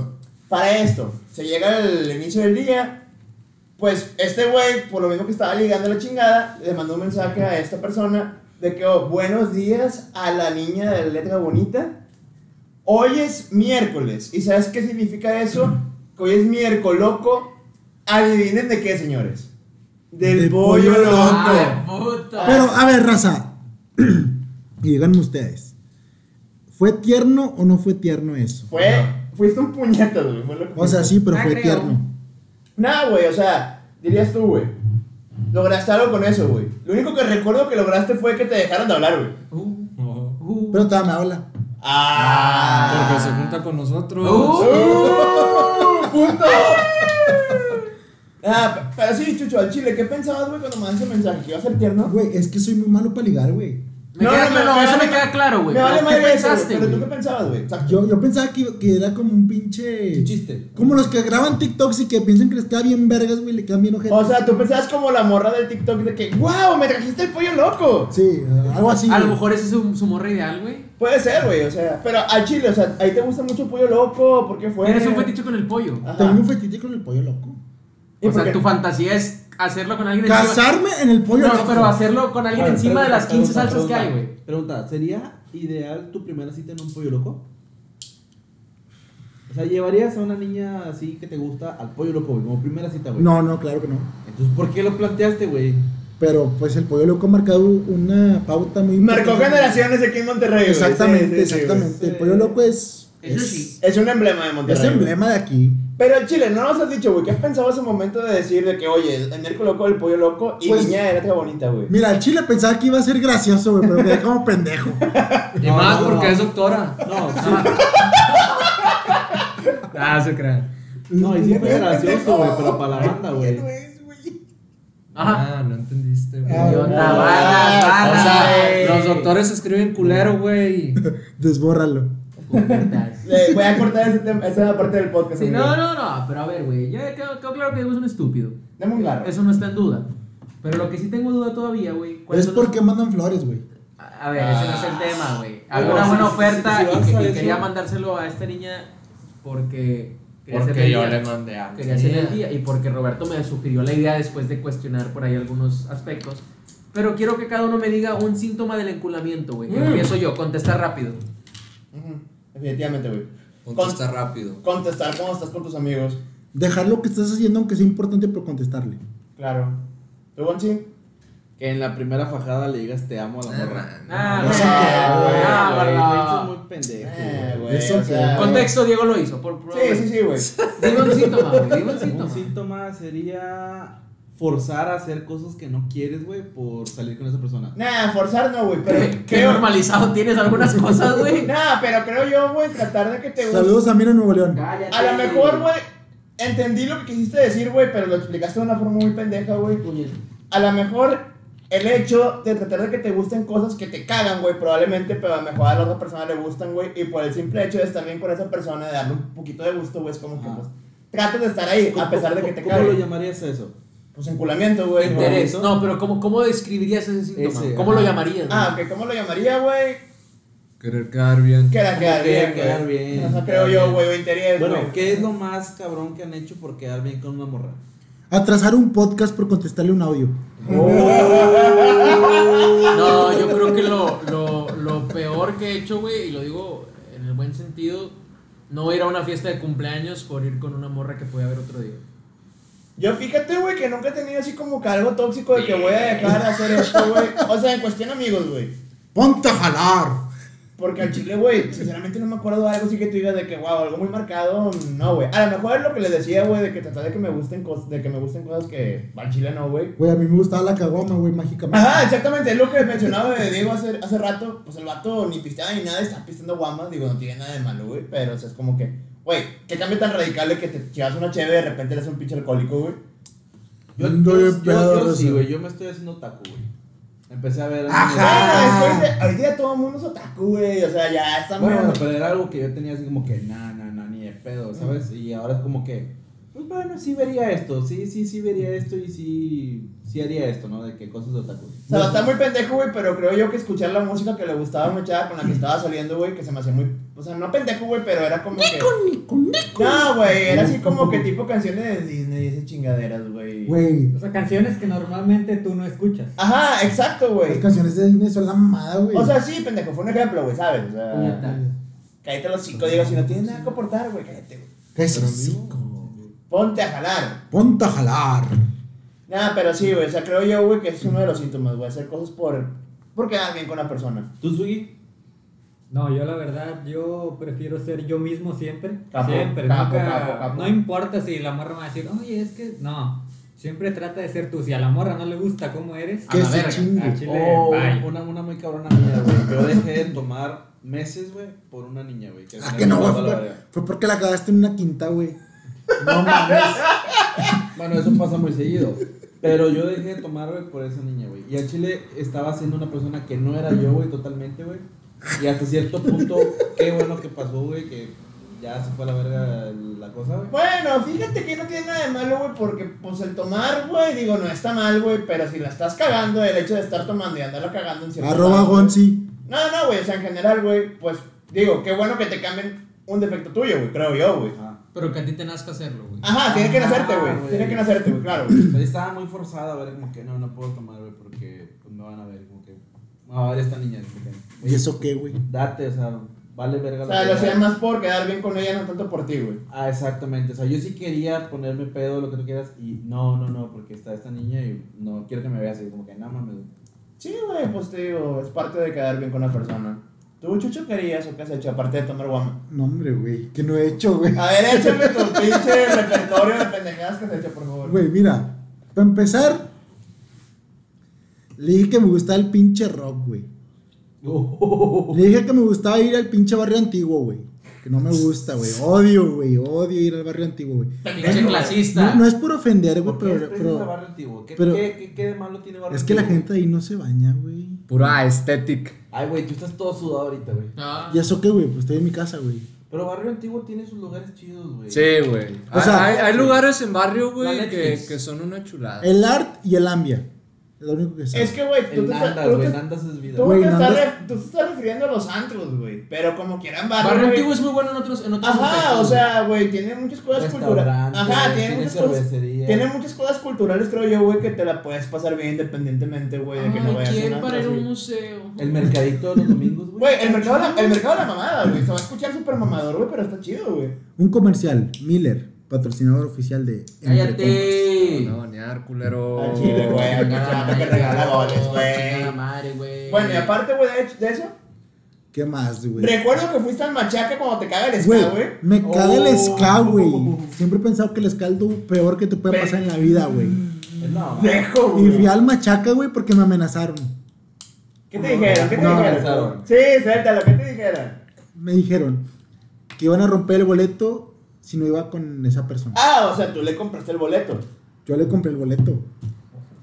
S4: Para esto, se llega el inicio del día, pues este güey, por lo mismo que estaba ligando la chingada, le mandó un mensaje a esta persona de que, oh, buenos días a la niña de la letra bonita. Hoy es miércoles. ¿Y sabes qué significa eso? Que hoy es miércoles loco. Adivinen de qué, señores. Del
S3: De
S4: pollo,
S3: pollo
S4: loco.
S3: loco.
S1: Ah, puta.
S3: Pero, a ver, raza. [CLEARS THROAT] y díganme ustedes. ¿Fue tierno o no fue tierno eso?
S4: Fue, fuiste un puñetazo, güey. fue lo que
S3: O sea,
S4: fuiste.
S3: sí, pero
S5: Ah,
S3: fue
S5: creo.
S3: tierno.
S4: Nah, güey, o sea, dirías tú, güey. Lograste algo con eso, güey. Lo único que recuerdo que lograste fue que te dejaron de hablar, güey.
S1: Uh,
S2: No.
S1: uh.
S3: Pero todavía me habla.
S4: Ah.
S2: Porque se junta con nosotros.
S1: uh.
S4: ¡Uh! ¡Punto! Ah, pe- pero sí, Chucho, al chile, ¿qué pensabas, güey, cuando mandaste ese mensaje? ¿Que iba a ser tierno?
S3: Güey, es que soy muy malo para ligar, güey.
S1: Me
S4: No,
S1: queda
S4: no,
S1: claro,
S4: me- me
S1: eso
S4: vale
S1: me
S4: ma-
S1: queda claro, güey.
S4: Me vale
S1: ¿Qué
S4: madre eso, güey,
S1: pensaste,
S4: pero ¿tú
S1: güey?
S4: qué pensabas, güey? Exacto.
S3: Yo, yo pensaba que, que era como un pinche.
S6: Un chiste.
S3: Como los que graban TikToks y que piensan que les queda bien vergas, güey, le quedan bien ojetes.
S4: O sea, tú pensabas como la morra del TikTok de que, wow, me trajiste el pollo loco.
S3: sí, algo así.
S1: A lo
S3: güey.
S1: mejor ese es su, su morra ideal, güey.
S4: Puede ser, güey, o sea, pero al chile, o sea, ahí te gusta mucho el pollo loco, ¿por qué fue?
S1: Eres un fetiche con el pollo.
S4: Ajá.
S3: Tengo un fetiche con el pollo loco.
S4: ¿Y
S1: O
S4: por qué?
S1: sea, tu fantasía es hacerlo con alguien encima.
S3: Casarme en el pollo
S1: No,
S3: loco.
S1: pero hacerlo con alguien
S6: Bueno,
S1: encima de
S6: pregunta,
S1: las 15
S6: pregunta,
S1: salsas que hay,
S6: pregunta.
S1: güey.
S6: Pregunta, ¿sería ideal tu primera cita en un pollo loco? O sea, ¿llevarías a una niña así que te gusta al pollo loco, güey? Como primera cita, güey.
S3: No, no, claro que no.
S6: Entonces, ¿por qué lo planteaste, güey?
S3: Pero pues el pollo loco ha marcado una pauta muy
S4: Marcó
S3: importante.
S4: generaciones aquí en Monterrey. güey. Sí,
S3: Exactamente,
S4: sí, sí, güey.
S3: exactamente.
S6: güey.
S3: El pollo loco es.
S1: Eso
S3: es-
S1: sí.
S4: Es un emblema de
S3: es
S4: Monterrey. güey.
S3: emblema de aquí.
S4: Pero el Chile, no nos has dicho, güey, ¿qué has pensado ese momento de decir de que, oye, el miércoles loco el pollo loco y
S3: Pues-
S4: niña era otra bonita, güey?
S3: Mira, al chile pensaba que iba a ser gracioso, güey, pero quedé como pendejo.
S1: Y
S2: No,
S1: más
S2: no,
S1: porque
S2: no.
S1: es doctora.
S5: No, sí,
S1: Ah, se crean.
S6: No, y sí fue gracioso, güey, pero para la banda, güey.
S1: Ajá.
S2: Ah, no entendiste, güey.
S3: Ah,
S1: Idiota,
S3: no.
S1: bala,
S4: Ah,
S1: bala.
S4: o sea,
S1: Los doctores escriben culero, güey.
S3: Desbórralo.
S4: Le- voy a cortar ese tema- esa parte del
S1: [LAUGHS]
S4: podcast.
S1: Sí,
S4: amigo.
S1: no, no, no, pero a ver, güey, ya quedó, quedó claro que Diego es un estúpido.
S4: Dame un garro.
S1: Eso no está en duda. Pero lo que sí tengo duda todavía, güey. ¿cuáles
S3: Es
S1: son los-
S3: porque mandan flores, güey.
S1: A ver, ese no es el tema, güey.
S6: Ah.
S1: Había una
S6: Bueno,
S1: buena
S6: si- si-
S1: oferta
S6: si vas
S1: y, que-
S6: a
S1: y
S6: eso-
S1: quería mandárselo a esta niña porque quería hacerle
S7: Porque
S1: el
S7: yo
S1: día.
S7: le mandé a
S1: Quería hacerle el día y porque Roberto me sugirió la idea después de cuestionar por ahí algunos aspectos. Pero quiero que cada uno me diga un síntoma del enculamiento, güey. Empiezo yo, contesta rápido.
S4: Ujú, Definitivamente, güey.
S8: Contesta rápido.
S4: Contestar cuando estás con tus amigos.
S3: Dejar lo que estás haciendo, aunque sea importante, pero contestarle.
S4: Claro. ¿Tú, Gonchi?
S6: Que en la primera fajada le digas te amo a la morra.
S1: Ah,
S3: no sé
S1: güey,
S4: qué,
S1: ah,
S6: güey,
S1: verdad.
S6: güey, esto es muy
S4: Eh,
S6: pendejo.
S4: güey,
S3: Eso
S4: o sea,
S1: Contexto, Diego lo hizo. Por, por-
S4: Sí, sí, sí,
S3: [LAUGHS]
S4: güey.
S1: Dime un síntoma, güey. Dime un
S6: Un
S1: síntoma.
S6: síntoma sería forzar a hacer cosas que no quieres, güey, por salir con esa persona.
S4: Nah, forzar no, güey. Pero
S1: ¿Qué, qué
S4: creo.
S1: normalizado tienes algunas cosas, güey.
S4: Nah, pero creo yo, güey, tratar de que te guste.
S3: Saludos a Mira Nuevo León.
S4: A lo mejor, güey, entendí lo que quisiste decir, güey, pero lo explicaste de una forma muy pendeja, güey. A lo mejor el hecho de tratar de que te gusten cosas que te cagan, güey, probablemente, pero a lo mejor a la otra persona le gustan, güey, y por el simple hecho es también por esa persona de darle un poquito de gusto, güey, es como que,
S6: Ah.
S4: pues, tratas de estar ahí, a
S6: ¿Cómo-
S4: pesar de
S6: cómo-
S4: que te
S6: ¿Cómo lo
S4: caguen.
S6: llamarías a eso?
S4: Pues enculamiento, güey. ¿no?
S1: Interés. No, pero ¿cómo, cómo describirías ese síntoma?
S6: Ese,
S1: ¿Cómo lo
S6: ajá.
S1: llamarías?
S4: Ah, ok, ¿cómo lo llamaría, güey?
S2: Querer quedar bien.
S4: Queda,
S6: Como
S4: quedar
S6: que
S4: bien,
S6: quedar
S4: güey.
S6: bien,
S4: Ajá,
S6: quedar
S4: creo yo,
S6: bien.
S4: güey, o interés, Pues, güey.
S6: Bueno, ¿qué es lo más cabrón que han hecho por quedar bien con una morra?
S3: Atrasar un podcast por contestarle un audio.
S1: No,
S4: [LAUGHS]
S1: yo creo que lo, lo, lo peor que he hecho, güey, y lo digo en el buen sentido, no ir a una fiesta de cumpleaños por ir con una morra que puede haber otro día.
S4: Yo fíjate, güey, que nunca he tenido así como que algo tóxico de que voy a dejar de hacer esto, güey. O sea, en cuestión amigos, güey.
S3: ¡Ponte a jalar!
S4: Porque al chile, güey, sinceramente no me acuerdo de algo así que tú digas de que, wow, algo muy marcado, no, güey. A lo mejor es lo que les decía, güey, de que tratar de que me gusten cosas, de que me gusten cosas que al chile no, güey.
S3: Güey, a mí me gustaba la caguama, güey, mágicamente.
S4: Ajá, exactamente, es lo que mencionaba de Diego hace, hace rato. Pues el vato ni pisteaba ni nada, está pisteando guamas. Digo, no tiene nada de malo, güey. Pero, o sea, es como que, güey, qué cambio tan radical de que te llevas una cheve y de repente eres un pinche alcohólico, güey.
S6: Yo,
S3: No,
S6: yo-
S3: yo-
S6: yo- yo
S3: yo-
S6: sí, güey. Yo me estoy haciendo taco, güey. Empecé a ver.
S4: Ah, es que ahorita, ahorita ya todo el mundo es otaku, güey. O sea, ya está
S6: Bueno, pues,
S4: muy-
S6: pero era algo que yo tenía así como que, nah, nah, nah, ni de pedo, ¿sabes? Y ahora es como que, pues bueno, sí vería esto, sí, sí, sí vería esto y sí, sí haría esto, ¿no? De que cosas de otaku.
S4: O sea, está muy pendejo, güey, pero creo yo que escuchar la música que le gustaba a una chava con la que estaba saliendo, güey, que se me hacía muy. O sea, no pendejo, güey, pero era como. que... No, güey, era así como que tipo canciones de Disney y esas chingaderas, güey.
S3: Güey,
S5: o sea, canciones que normalmente tú no escuchas.
S4: Ajá, exacto,
S3: las
S4: güey.
S3: canciones de Disney son la mamada, güey.
S4: O sea, sí, pendejo, fue un ejemplo, güey, ¿sabes? O sea,
S1: Puñeta.
S4: cállate los cinco, digo, si no tienes nada que aportar, güey, cállate, güey.
S3: ¿Qué es eso?
S4: Ponte a jalar.
S3: ¡Ponte a jalar!
S4: Nada, pero sí, güey, o sea, creo yo, güey, que es uno de los síntomas, güey, hacer cosas por. por quedar bien con la persona.
S6: ¿Tú, Sugi?
S5: No, yo la verdad, yo prefiero ser yo mismo siempre.
S4: Capo,
S5: siempre,
S4: capo,
S5: nunca-
S4: capo, capo.
S5: No importa si la morra me va a decir, oye, es que no. Siempre trata de ser tú. Si a la morra no le gusta cómo eres,
S3: Que
S5: a la
S3: se
S5: verga.
S3: chingue.
S5: Al chile,
S6: Oh,
S5: bye.
S6: una, una muy cabrona mía, güey. Yo dejé de tomar meses, güey, por una niña, güey. al
S3: Ah,
S6: final
S3: que
S6: me
S3: no, güey.
S6: mandó a la
S3: Fue,
S6: verga.
S3: fue porque la cagaste en una quinta, güey.
S6: No mames. Bueno, eso pasa muy seguido. Pero yo dejé de tomar, güey, por esa niña, güey. Y al chile estaba siendo una persona que no era yo, güey, totalmente, güey. Y hasta cierto punto, qué bueno que pasó, güey, que ya se fue a la verga la cosa, güey.
S4: Bueno, fíjate que no tiene nada de malo, güey, porque pues el tomar, güey, digo, no está mal, güey, pero si la estás cagando, el hecho de estar tomando y andarla cagando en cierto
S3: Arroba
S4: lugar, güey.
S3: Gonzi.
S4: No, no, güey, o sea, en general, güey, pues digo, qué bueno que te cambien un defecto tuyo, güey, creo yo, güey.
S6: Ajá.
S1: Pero que a ti te nazca hacerlo, güey.
S4: Ajá, tiene que nacerte, güey,
S6: güey.
S4: tiene que nacerte, güey, claro. güey.
S6: Pero estaba muy forzada, güey, como que no, no puedo tomar, güey, porque pues, me van a ver, como que. Me va a ver esta niña, como que.
S3: ¿Y eso qué, güey?
S6: Date, o sea, Vale verga
S4: O
S6: la
S4: sea, lo
S6: pena.
S4: hacía más por quedar bien con ella, no tanto por ti, güey.
S6: Ah, exactamente. O sea, yo sí quería ponerme pedo, lo que tú quieras. Y no, no, no, porque está esta niña y no quiero que me veas así. Como que, no mames. güey.
S4: Sí, güey, pues te digo, es parte de quedar bien con la persona. ¿Tú, Chucho, querías o qué has hecho? Aparte de tomar guama.
S3: No, hombre, güey. Que no he hecho, güey.
S4: A ver, échame tu pinche repertorio de pendejadas que has hecho, por favor.
S3: Güey, mira. Para empezar, le dije que me gustaba el pinche rock, güey.
S6: Oh.
S3: Le dije que me gustaba ir al pinche barrio antiguo, güey. Que no me gusta, güey. Odio, güey. Odio ir al barrio antiguo, güey.
S9: Pinche clasista.
S3: No, no es por ofender, güey,
S6: ¿Por qué
S3: pero,
S6: es preciso
S3: pero
S6: barrio antiguo? ¿Qué,
S3: pero-
S6: qué, qué- qué de malo tiene barrio
S3: es que la
S6: antiguo?
S3: gente ahí no se baña, güey.
S10: Pura estética.
S6: Ay, güey, tú estás todo sudado ahorita, güey.
S9: Ah,
S3: ¿Y eso qué, güey? Pues estoy en mi casa, güey.
S6: Pero barrio antiguo tiene sus lugares chidos, güey.
S10: Sí, güey.
S3: O sea,
S10: hay, hay lugares en barrio,
S6: La
S10: güey, que,
S6: Netflix.
S10: que son una chulada.
S3: El art y el ambia. Es lo único que sé.
S4: Es que, güey, tú
S6: El
S4: te estás-
S6: Nandas,
S4: tú
S6: güey.
S4: te-
S6: Nandas es vida.
S4: tú
S3: Güey,
S4: te estás
S3: Nandas-
S4: re- tú te estás refiriendo a los antros, güey. Pero como quieran barrio.
S9: Barrio
S4: güey.
S9: antiguo es muy bueno en otros. En otros
S4: Ah, Ajá, o
S9: aspectos,
S4: sea, güey, tiene muchas cosas culturales.
S6: Restaurante,
S4: Ajá, tiene,
S6: tiene
S4: muchas cosas.
S6: cervecería.
S4: Tiene muchas cosas culturales, creo yo, güey, que te la puedes pasar bien independientemente, güey, de que no
S9: Ay,
S4: vayas a un
S9: ¿quién
S4: antro,
S9: para ir a un
S4: güey.
S9: museo?
S6: El mercadito de los domingos, güey.
S4: Güey, el mercado, de la- el mercado de la mamada, güey. Se va a escuchar súper mamador, güey, pero está chido, güey.
S3: Un comercial, Miller, patrocinador oficial de Entre
S9: Cállate.
S10: No, bañar, culero.
S4: Al chile, güey. al
S9: Chingada
S4: cachapo que
S9: madre,
S4: regala
S9: güey.
S4: goles,
S9: Chingada
S4: güey.
S9: madre, güey.
S4: Bueno, y aparte, güey, de, de eso,
S3: Compas. ¿Qué más, güey?
S4: recuerdo que fuiste al machaca cuando te caga el
S3: Güey,
S4: ska, güey.
S3: me caga el
S6: Oh.
S3: ska, güey. Siempre he pensado que el ska es lo peor que te puede
S4: Pero-
S3: pasar en la vida, güey.
S6: No,
S4: Dejo,
S3: Y
S4: güey.
S3: fui al machaca, güey, porque me amenazaron.
S4: ¿Qué te dijeron? ¿Qué te
S6: No,
S4: dijeron?
S6: pensaron.
S4: Sí, suéltalo, ¿qué te dijeron?
S3: Me dijeron que iban a romper el boleto si no iba con esa persona.
S4: Ah, o sea, tú le compraste el boleto.
S3: Yo le compré el boleto.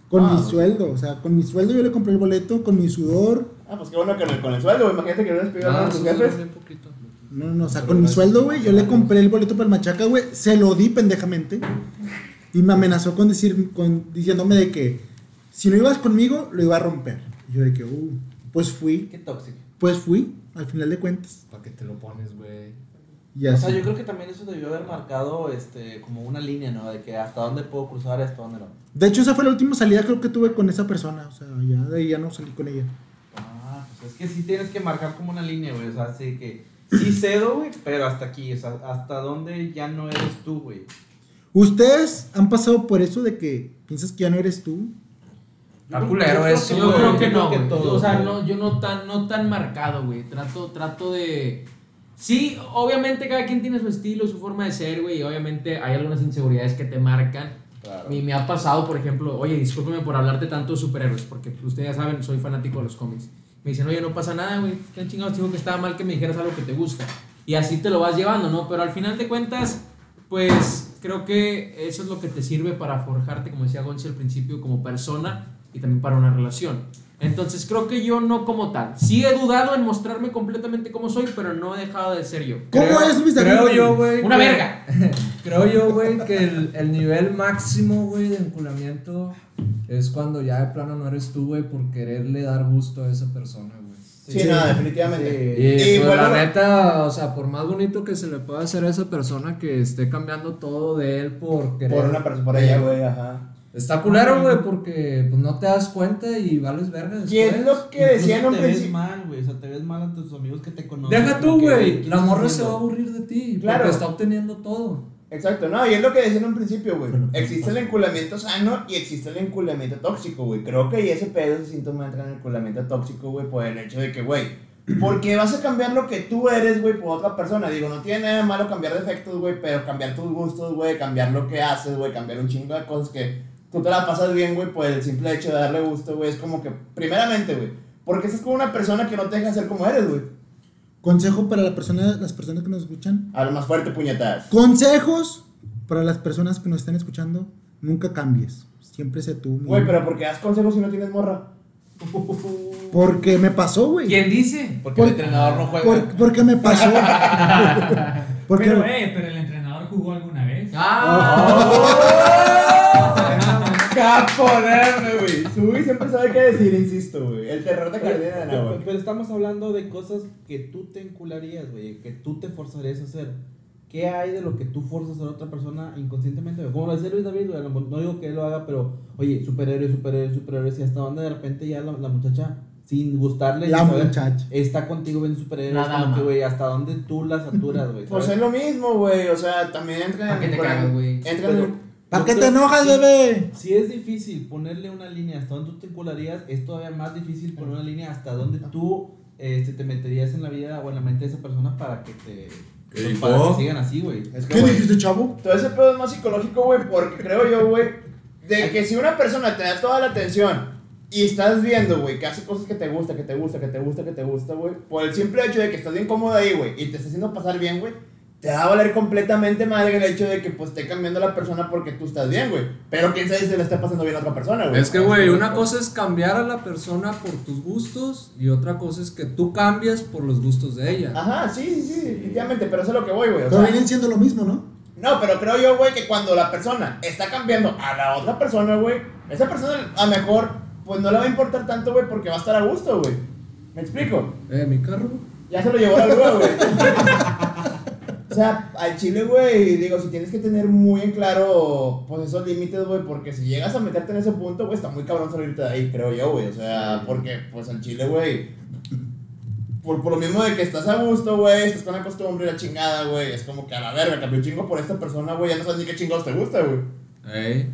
S3: Con
S6: Ah,
S3: mi
S6: o sea.
S3: sueldo, o sea, con mi sueldo yo le compré el boleto, con mi sudor.
S4: Ah, pues qué bueno que no- con el sueldo, güey. Imagínate que no les pidió
S2: Ah,
S10: No,
S4: nada a
S10: sí,
S4: tus jefes.
S10: un poquito.
S3: No, no, o sea, con mi sueldo, güey, yo le compré el boleto para el machaca, güey. Se lo di pendejamente. Y me amenazó con decir, con, diciéndome de que si no ibas conmigo, lo iba a romper. Y yo de que, uh, pues fui,
S6: Qué tóxico.
S3: pues fui, al final de cuentas.
S10: ¿Para qué te lo pones, güey?
S3: Y
S6: O
S3: así.
S6: sea, yo creo que también eso debió haber marcado este, como una línea, ¿no? De que hasta dónde puedo cruzar, hasta dónde no.
S3: De hecho, esa fue la última salida creo que tuve con esa persona. O sea, ya de ahí ya no salí con ella.
S6: Ah, pues es que sí tienes que marcar como una línea, güey. O sea, así que sí cedo, güey, pero hasta aquí. O sea, hasta dónde ya no eres tú, güey.
S3: ¿Ustedes han pasado por eso de que piensas que ya no eres tú?
S10: Está culero eso,
S9: pues, Yo
S10: güey.
S9: creo que no,
S6: que
S9: güey.
S6: todos,
S9: o sea,
S6: güey.
S9: no, yo no tan, no tan marcado, güey. Trato, trato de. Sí, obviamente cada quien tiene su estilo, su forma de ser, güey. Y obviamente hay algunas inseguridades que te marcan. Y me ha pasado, por ejemplo, oye, discúlpeme por hablarte tanto de superhéroes, porque ustedes ya saben, soy fanático de los cómics. Me dicen, oye, no pasa nada, güey. ¿Qué chingados dijo que estaba mal que me dijeras algo que te gusta? Y así te lo vas llevando, ¿no? Pero al final de cuentas, pues creo que eso es lo que te sirve para forjarte, como decía Gonzi al principio, como persona y también para una relación. Entonces creo que yo no como tal. Sí he dudado en mostrarme completamente como soy, pero no he dejado de ser yo.
S3: ¿Cómo
S10: Creo-
S3: es Luis
S2: Creo
S3: David?
S2: yo, güey.
S9: Una
S2: que-
S9: verga.
S2: Creo yo, güey, que el, el nivel máximo, güey, de enculamiento es cuando ya de plano no eres tú, güey, por quererle dar gusto a esa persona, güey.
S4: Sí, no, definitivamente.
S10: Y,
S4: Y
S10: pues,
S4: bueno,
S10: la neta, o sea, por más bonito que se le pueda hacer a esa persona que esté cambiando todo de él por querer.
S4: Por una persona, por ella, güey, ajá.
S2: Está culero, güey, porque pues no te das cuenta y vales verga después.
S4: Y es lo que
S6: Incluso
S4: decían en un
S6: te ves
S4: principio.
S6: mal, güey. O sea, te ves mal ante tus amigos que te conocen.
S2: Deja tú,
S6: como que,
S2: güey.
S6: ¿qué
S2: La
S6: estás
S2: morra se
S6: haciendo?
S2: va a aburrir de ti.
S4: Claro.
S2: Porque está obteniendo todo.
S4: Exacto, no, y es lo que decían en un principio, güey. Existe el enculamiento sano y existe el enculamiento tóxico, güey. Creo que y ese pedo, ese síntoma entra en el enculamiento tóxico, güey, por el hecho de que, güey, porque vas a cambiar lo que tú eres, güey, por otra persona. Digo, no tiene nada de malo cambiar defectos, güey, pero cambiar tus gustos, güey, cambiar lo que haces, güey, cambiar un chingo de cosas que tú te la pasas bien, güey, por el simple hecho de darle gusto, güey. Es como que, primeramente, güey, porque estás con una persona que no te deja ser como eres, güey.
S3: Consejo para la persona, las personas que nos escuchan.
S4: Habla más fuerte, puñetadas.
S3: Consejos para las personas que nos están escuchando: nunca cambies. Siempre sé tú. mismo.
S4: Güey, pero porque das consejos si no tienes morra.
S3: Porque me pasó, güey.
S9: ¿Quién dice?
S3: Porque el entrenador no juega. porque me pasó. porque
S5: Pero, eh, pero el entrenador jugó alguna vez.
S9: ¡Ah!
S4: Oh.
S5: Ah,
S4: Caponerme, güey. Sui siempre sabe qué decir, insisto, güey. El terror de Jardín de
S6: Pero,
S4: Nahuatl.
S6: pero estamos hablando de cosas que tú te encularías, güey, que tú te forzarías a hacer. ¿Qué hay de lo que tú forzas a la otra persona inconscientemente? güey? Como lo decía Luis David, güey, a lo mejor no digo que él lo haga, pero oye, superhéroes, superhéroes, superhéroes, y hasta dónde de repente ya la, la muchacha sin gustarle. y
S3: La
S6: saber-
S3: muchacha.
S6: Está contigo bien superhéroe.
S1: La
S6: Es como
S1: dama.
S6: que, güey, hasta dónde tú la saturas, güey.
S4: Pues es
S6: ¿sabes?
S4: lo mismo, güey. O sea, también entra
S1: Pa' que te cagas, güey. Pues
S4: Entra
S6: Pero-
S4: en.
S3: ¿Para
S6: Yo
S3: qué te
S6: creo que
S3: enojas,
S6: sí.
S3: bebé?
S6: Si es difícil ponerle una línea hasta donde tú te encularías, es todavía más difícil poner una línea hasta donde tú este, te meterías en la vida o en la mente de esa persona para que te.
S11: ¿Qué
S6: para
S11: dijo?
S6: que sigan así, güey.
S4: Es que,
S3: ¿Qué
S4: güey,
S3: dijiste, chavo?
S4: Todo ese pedo es más psicológico, güey, porque creo yo, güey, de que si una persona te da toda la atención y estás viendo, güey, que hace cosas que te gusta, que te gusta, que te gusta, que te gusta, güey, por el simple hecho de que estás bien cómodo ahí, güey, y te está haciendo pasar bien, güey, te va a valer completamente madre el hecho de que, pues, esté cambiando la persona porque tú estás bien, güey. Pero quién sabe si se le está pasando bien a otra persona, güey.
S2: Es que, güey, una cosa es cambiar a la persona por tus gustos y otra cosa es que tú cambias por los gustos de ella.
S4: Ajá, sí, sí, sí, definitivamente, pero eso es lo que voy, güey. o
S3: Pero
S4: sea,
S3: vienen siendo lo mismo, ¿no?
S4: No, pero creo yo, güey, que cuando la persona está cambiando a la otra persona, güey, esa persona a lo mejor, pues no le va a importar tanto, güey, porque va a estar a gusto, güey. ¿Me explico?
S2: Eh, mi carro.
S4: Ya se lo llevó la grúa, güey. O sea, al chile, güey, digo, si tienes que tener muy en claro, pues esos límites, güey, porque si llegas a meterte en ese punto, güey, está muy cabrón salirte de ahí, creo yo, güey. O sea, porque, pues al chile, güey, por, por lo mismo de que estás a gusto, güey, estás con la costumbre y la chingada, güey, es como que a la verga, cambió chingo por esta persona, güey, ya no sabes ni qué chingados te gusta, güey.
S2: Ey,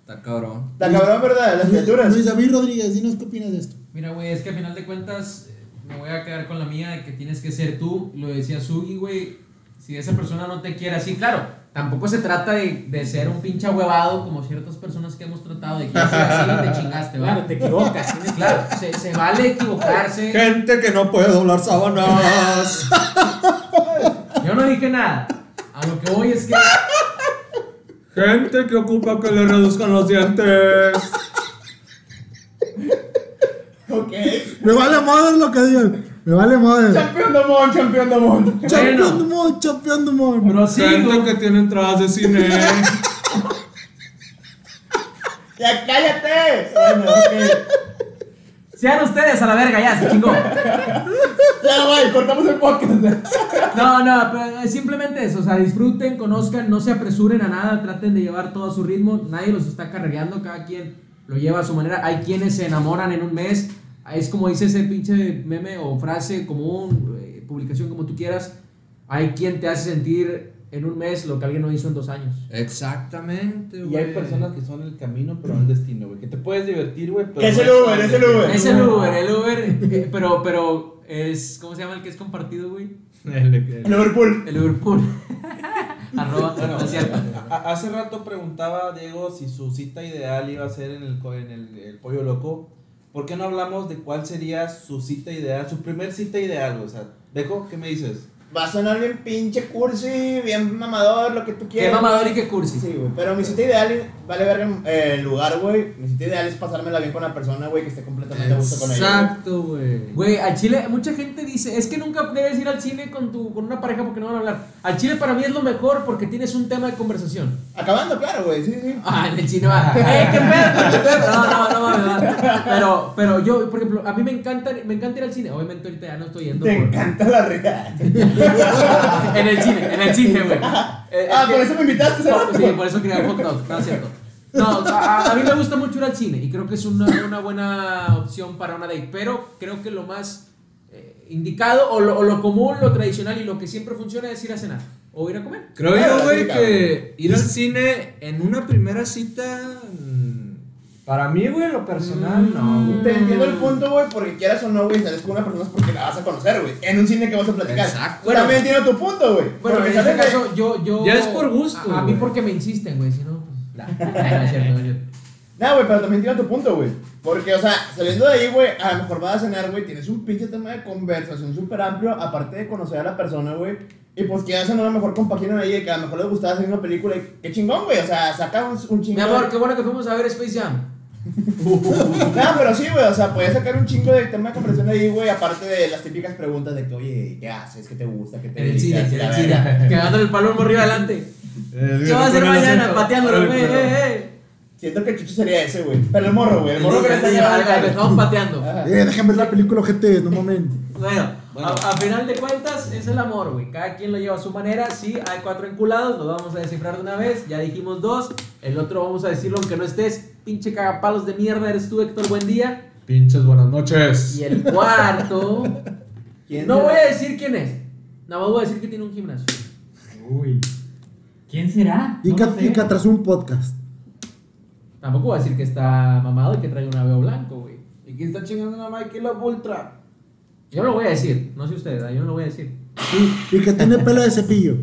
S2: está cabrón.
S4: Está cabrón, ¿verdad? Las
S3: Luis,
S4: criaturas.
S3: Luis David Rodríguez, dinos qué opinas de esto.
S1: Mira, güey, es que a final de cuentas eh, me voy a quedar con la mía de que tienes que ser tú. Lo decía Sugi, güey. Si esa persona no te quiere así, claro, tampoco se trata de, de ser un pinche huevado como ciertas personas que hemos tratado de que yo soy así y te chingaste, ¿va?
S5: Claro, te equivocas. tienes-
S1: Claro, se, se vale equivocarse.
S11: Gente que no puede doblar sábanas.
S1: Yo no dije nada. A lo que voy es que.
S11: Gente que ocupa que le reduzcan los
S2: [LAUGHS]
S11: dientes.
S4: Ok.
S3: [LAUGHS] Me vale madre lo que digan. Me vale madre.
S4: Campeón de mon, campeón de mon.
S3: Champion du monde, champion du monde.
S1: Prosigo.
S11: Gente que tiene entradas de cine.
S4: Ya cállate. Bueno, ok.
S1: Sean ustedes a la verga, ya, se chingó.
S4: Ya, güey, cortamos el podcast.
S1: No, no, pero es simplemente eso, o sea, disfruten, conozcan, no se apresuren a nada, traten de llevar todo a su ritmo, nadie los está carreando, cada quien lo lleva a su manera, hay quienes se enamoran en un mes, es como dice ese pinche meme o frase común, eh, publicación como tú quieras, hay quien te hace sentir en un mes lo que alguien no hizo en dos años.
S2: Exactamente, güey.
S6: Y hay personas que son el camino, pero no el destino, güey. Que te puedes divertir, güey, pero.
S4: Que es
S6: no
S4: el Uber, es el Uber.
S1: Es el Uber, el Uber, eh, pero, pero es, ¿cómo se llama el que es compartido, güey?
S4: Liverpool.
S1: El Uber Pool. [LAUGHS] Arroba, no es cierto.
S6: A- Hace rato preguntaba Diego si su cita ideal iba a ser en el, co- en el, el pollo loco. ¿Por qué no hablamos de cuál sería su cita ideal, su primer cita ideal? güey? O sea, Deco, ¿qué me dices?
S4: Va a sonar bien pinche cursi, bien mamador, lo que tú
S1: Qué
S4: quieras.
S1: mamador y qué cursi.
S4: Sí, güey. Pero mi cita ideal, es- vale ver el, el lugar, güey. Mi cita ideal es pasármela bien con la persona, güey, que esté completamente a gusto con ella. güey.
S2: Exacto, güey.
S1: Güey, al chile, mucha gente dice, es que nunca debes ir al cine con, tu, con una pareja porque no van a hablar. Al chile para mí es lo mejor porque tienes un tema de conversación. [LAUGHS]
S4: Acabando, claro, güey, sí, sí.
S1: Ah, en el cine va. ¡Eh, qué pedo! qué pedo". No, no, no, mames, va. Pero, pero yo, por ejemplo, a mí me encanta, me encanta ir al cine. Obviamente ahorita ya no estoy yendo.
S4: Te
S1: por-
S4: encanta la realidad.
S1: [LAUGHS] En el cine, en el cine, güey. Ah,
S4: Ah, por eso me invitaste hace rato.
S1: Sí, por eso quería hot dog, no es cierto. No, a, a mí me gusta mucho ir al cine y creo que es una, una buena opción para una date, pero creo que lo más eh, indicado o lo, o lo común, lo tradicional y lo que siempre funciona es ir a cenar o ir a comer.
S2: Creo
S4: Claro,
S2: yo,
S4: sí,
S2: güey,
S4: cabrón.
S2: que ir al cine en una primera cita. mm, Para mí, güey, lo personal, no, güey.
S4: Te entiendo el punto, güey, porque quieras o no, güey, sales con una persona es porque la vas a conocer, güey. En un cine que vas a platicar.
S2: Exacto.
S4: Bueno, También entiendo tu punto, güey.
S1: Bueno,
S4: Porque
S1: en este
S4: sales de-
S1: caso yo, yo...
S2: Ya es por gusto,
S1: A, a mí
S2: güey.
S1: porque me insisten, güey, si no... pues, no, no es cierto, no es cierto.
S4: No, güey, pero también entiendo tu punto, güey. Porque, o sea, saliendo de ahí, güey, a lo mejor vas a cenar, güey, tienes un pinche tema de conversación súper amplio, aparte de conocer a la persona, güey. Y pues que hacen a lo mejor compaginan ahí, de que a lo mejor les gustaba hacer una película. Y qué chingón, güey, o sea, saca un, un
S1: Mi
S4: chingo.
S1: amor,
S4: de-
S1: qué bueno que fuimos a ver Space Jam.
S4: [LAUGHS] No, pero sí, güey, o sea, puedes sacar un chingo de tema de conversación ahí, güey, aparte de las típicas preguntas de que, oye, ¿qué haces? ¿Qué te gusta? ¿Qué te
S1: En el cine,
S4: dedicas?
S1: en
S4: La
S1: el
S4: verga.
S1: cine. Cagándole el palo arriba adelante. ¿Qué va a hacer mañana? Pateándolo, güey, eh, eh.
S4: Siento que Chucho sería ese, güey. Pero el morro, güey, el
S1: El
S4: morro que le está
S1: niño, al- al que
S4: llevando.
S1: estamos pateando.
S4: Ajá.
S3: Eh, déjame ver la película, ojete, no mamen.
S1: Bueno,
S6: Bueno.
S1: A, a final de cuentas es el amor, güey. Cada quien lo lleva a su manera. Sí, hay cuatro enculados, los vamos a descifrar de una vez. Ya dijimos dos. El otro vamos a decirlo aunque no estés. Pinche cagapalos de mierda, eres tú, Héctor. Buen día.
S12: Pinches buenas noches.
S1: Y
S4: [LAUGHS]
S1: el cuarto.
S4: ¿Quién
S1: no
S4: será?
S1: voy a decir quién es. Nada más voy a decir que tiene un gimnasio.
S5: Uy. ¿Quién será?
S3: Y,
S5: No
S3: Cat-
S5: lo sé.
S3: y Catrazú un podcast.
S1: Tampoco voy a decir que está mamado y que trae un aveo blanco, güey.
S6: ¿Y quién está chingando a Mikey Love Ultra?
S1: Yo no lo voy a decir. No sé ustedes, ¿verdad? yo no lo voy a decir.
S3: Y, y que tiene pelo de cepillo.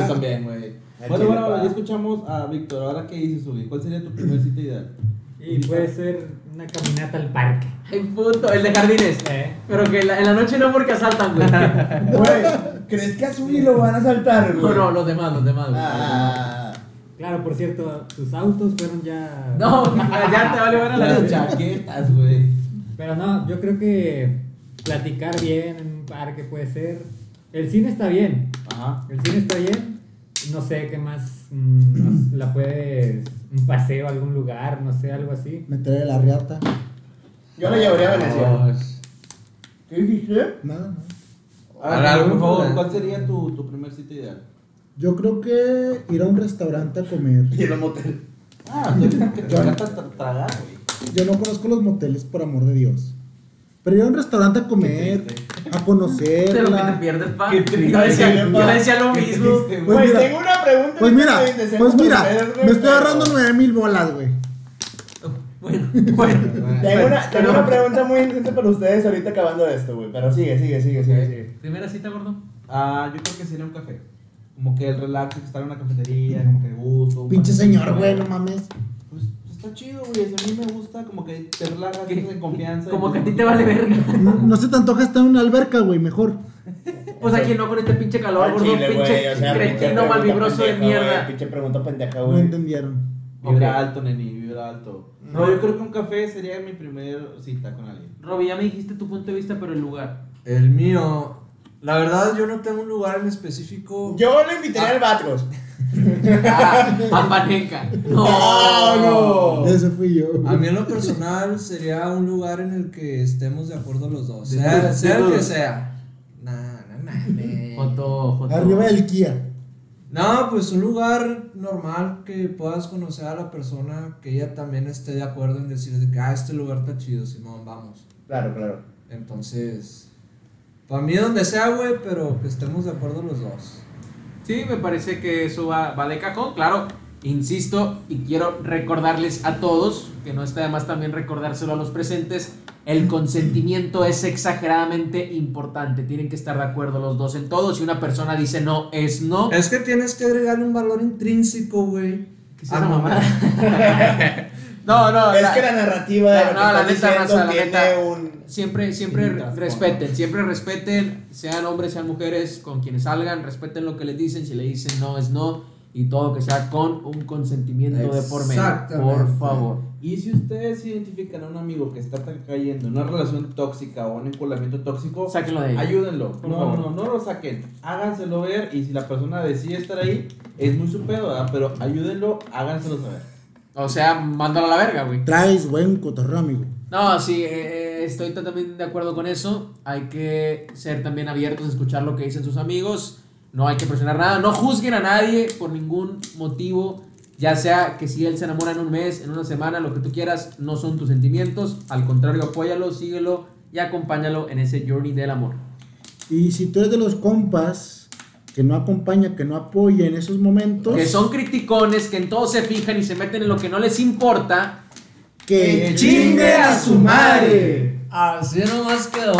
S6: Yo también, güey.
S4: Al
S6: Bueno,
S4: chile,
S6: bueno,
S4: pa.
S6: bueno, ya escuchamos a Víctor. Ahora, ¿qué dices, Ubi? ¿Cuál sería tu primer cita ideal?
S5: Y puede ser una caminata al parque.
S1: Ay, puto, el de jardines.
S5: Eh.
S1: Pero que en la, en la noche no porque asaltan, güey. No,
S4: Güey, ¿crees que a Subi lo van a saltar, güey?
S1: no, los demás, los demás, güey.
S4: Ah,
S5: Claro, por cierto, sus autos fueron ya.
S1: No, ya te vale ver a la
S6: Las
S1: noche.
S6: chaquetas, güey.
S5: Pero no, yo creo que platicar bien en un parque puede ser. El cine está bien.
S6: Ajá.
S5: El cine está bien. No sé qué más. mm,
S6: [CLEARS THROAT]
S5: nos- la puedes. Un paseo a algún lugar, no sé, algo así.
S3: Meterle la riata.
S4: Yo la llevaría a Venecia. ¿Qué dijiste?
S3: Nada, nada.
S6: A ver,
S12: Ahora,
S6: por
S12: algo,
S6: favor,
S12: ¿verdad?
S6: ¿cuál sería tu, tu primer cita ideal?
S3: Yo creo que ir a un restaurante a comer.
S4: Y el motel.
S6: Ah, tú eres que te encanta tra- tragar, güey.
S3: Yo no conozco los moteles, por amor de Dios. Pero ir a un restaurante a
S1: De
S3: comer, a
S1: lo que te
S3: conocerla.
S1: pierdes, pa.
S6: Qué triste,
S1: Yo decía,
S4: pa.
S1: yo decía lo
S6: Qué
S1: mismo.
S6: triste, güey.
S3: Pues
S4: Güey,
S3: mira,
S4: tengo una pregunta.
S3: Pues
S4: que
S3: mira,
S4: te deseo
S3: pues
S4: por
S3: mira,
S4: ustedes, güey,
S3: me estoy
S4: pero-
S3: ahorrando 9 mil bolas, güey.
S1: Bueno, bueno.
S4: Tengo una, tengo
S1: Pero-
S4: una pregunta muy interesante para ustedes ahorita acabando esto, güey. Pero sigue, sigue, sigue, sigue, sigue.
S1: Primera cita, gordo.
S6: Ah, yo creo que sería un café. Como que el relax, estar en una cafetería, como que de gusto. un
S3: Pinche
S6: café,
S3: señor, güey, no mames.
S6: Pues pues, está chido, güey. A mí me gusta como que te relajas, tienes en confianza. y
S1: Como
S6: pues,
S1: que a ti te vale verga.
S3: No, no se te antoja estar en una alberca, güey, mejor.
S1: Pues aquí no con este pinche calor,
S4: Al
S1: gordo.
S4: chile, güey,
S1: pinche
S4: o sea, pinche
S1: cretino
S4: pregunta
S1: malvibroso de
S4: pendeja, güey,
S1: mierda.
S4: Pinche pregunta pendeja,
S3: No
S4: Ah, güey.
S3: entendieron.
S6: Vibra
S1: Ok.
S6: alto, neni, vibra alto. No, yo creo que un café sería mi primer cita con alguien.
S1: Robbie, ya me dijiste tu punto de vista, pero el lugar.
S2: [LAUGHS] El mío, la verdad yo no tengo un lugar en específico.
S4: Yo le
S1: Ah.
S4: invitaría al Batros.
S1: A Paneca. [LAUGHS] Ah, No.
S4: ¡Ah, no!
S3: Ese fui yo.
S2: A mí en lo personal sería un lugar en el que estemos de acuerdo los dos,
S1: De
S2: sea,
S1: todos,
S2: sea
S1: de
S2: el que
S1: todos.
S2: sea. Nah, nah, mames.
S1: Joto, Joto.
S3: Arriba del Kia.
S2: No, pues un lugar normal que puedas conocer a la persona que ella también esté de acuerdo en decir de que ah, este lugar está chido, Simón, vamos.
S4: Claro, claro.
S2: Entonces, para mí donde sea, güey, pero que estemos de acuerdo los dos.
S1: Sí, me parece que eso va, va de cajón, claro. Insisto y quiero recordarles a todos, que no está de más también recordárselo a los presentes, el consentimiento es exageradamente importante. Tienen que estar de acuerdo los dos en todo. Si una persona dice no, es no.
S2: Es que tienes que agregarle un valor intrínseco, güey.
S1: ¿Qué es
S2: a
S1: esa
S2: la
S1: mamada? [LAUGHS]
S2: mamá.
S1: No, no,
S4: es
S1: la-
S4: que la narrativa de
S1: la-
S4: lo que
S1: no, la
S4: estás
S1: neta,
S4: diciendo
S1: raza, la
S4: tiene
S1: neta.
S4: un...
S1: siempre, siempre re- respeten, siempre respeten, sean hombres, sean mujeres, con quienes salgan, respeten lo que les dicen, si le dicen no es no, y todo que sea con un consentimiento de por medio,
S2: Exactamente.
S1: por favor.
S6: Y si ustedes identifican a un amigo que está tan- cayendo en una relación tóxica o un enculamiento tóxico,
S1: Sáquenlo de ahí.
S6: ayúdenlo.
S1: Por
S6: No,
S1: favor.
S6: no, no lo saquen. Háganselo ver y si la persona decide estar ahí, es muy su pedo, ¿verdad? pero ayúdenlo, háganselo saber.
S1: O sea, mándalo a la verga, güey.
S3: Traes buen cotorreo, amigo.
S1: No, sí, eh, eh, estoy totalmente de acuerdo con eso. Hay que ser también abiertos a escuchar lo que dicen sus amigos. No hay que presionar nada. No juzguen a nadie por ningún motivo. Ya sea que si él se enamora en un mes, en una semana, lo que tú quieras, no son tus sentimientos. Al contrario, apóyalo, síguelo y acompáñalo en ese journey del amor.
S3: Y si tú eres de los compas que no acompaña, que no apoya en esos momentos,
S1: Que son criticones, que en todo se fijan y se meten en lo que no les importa.
S3: que
S6: chingue a su madre.
S2: Así nomás quedó.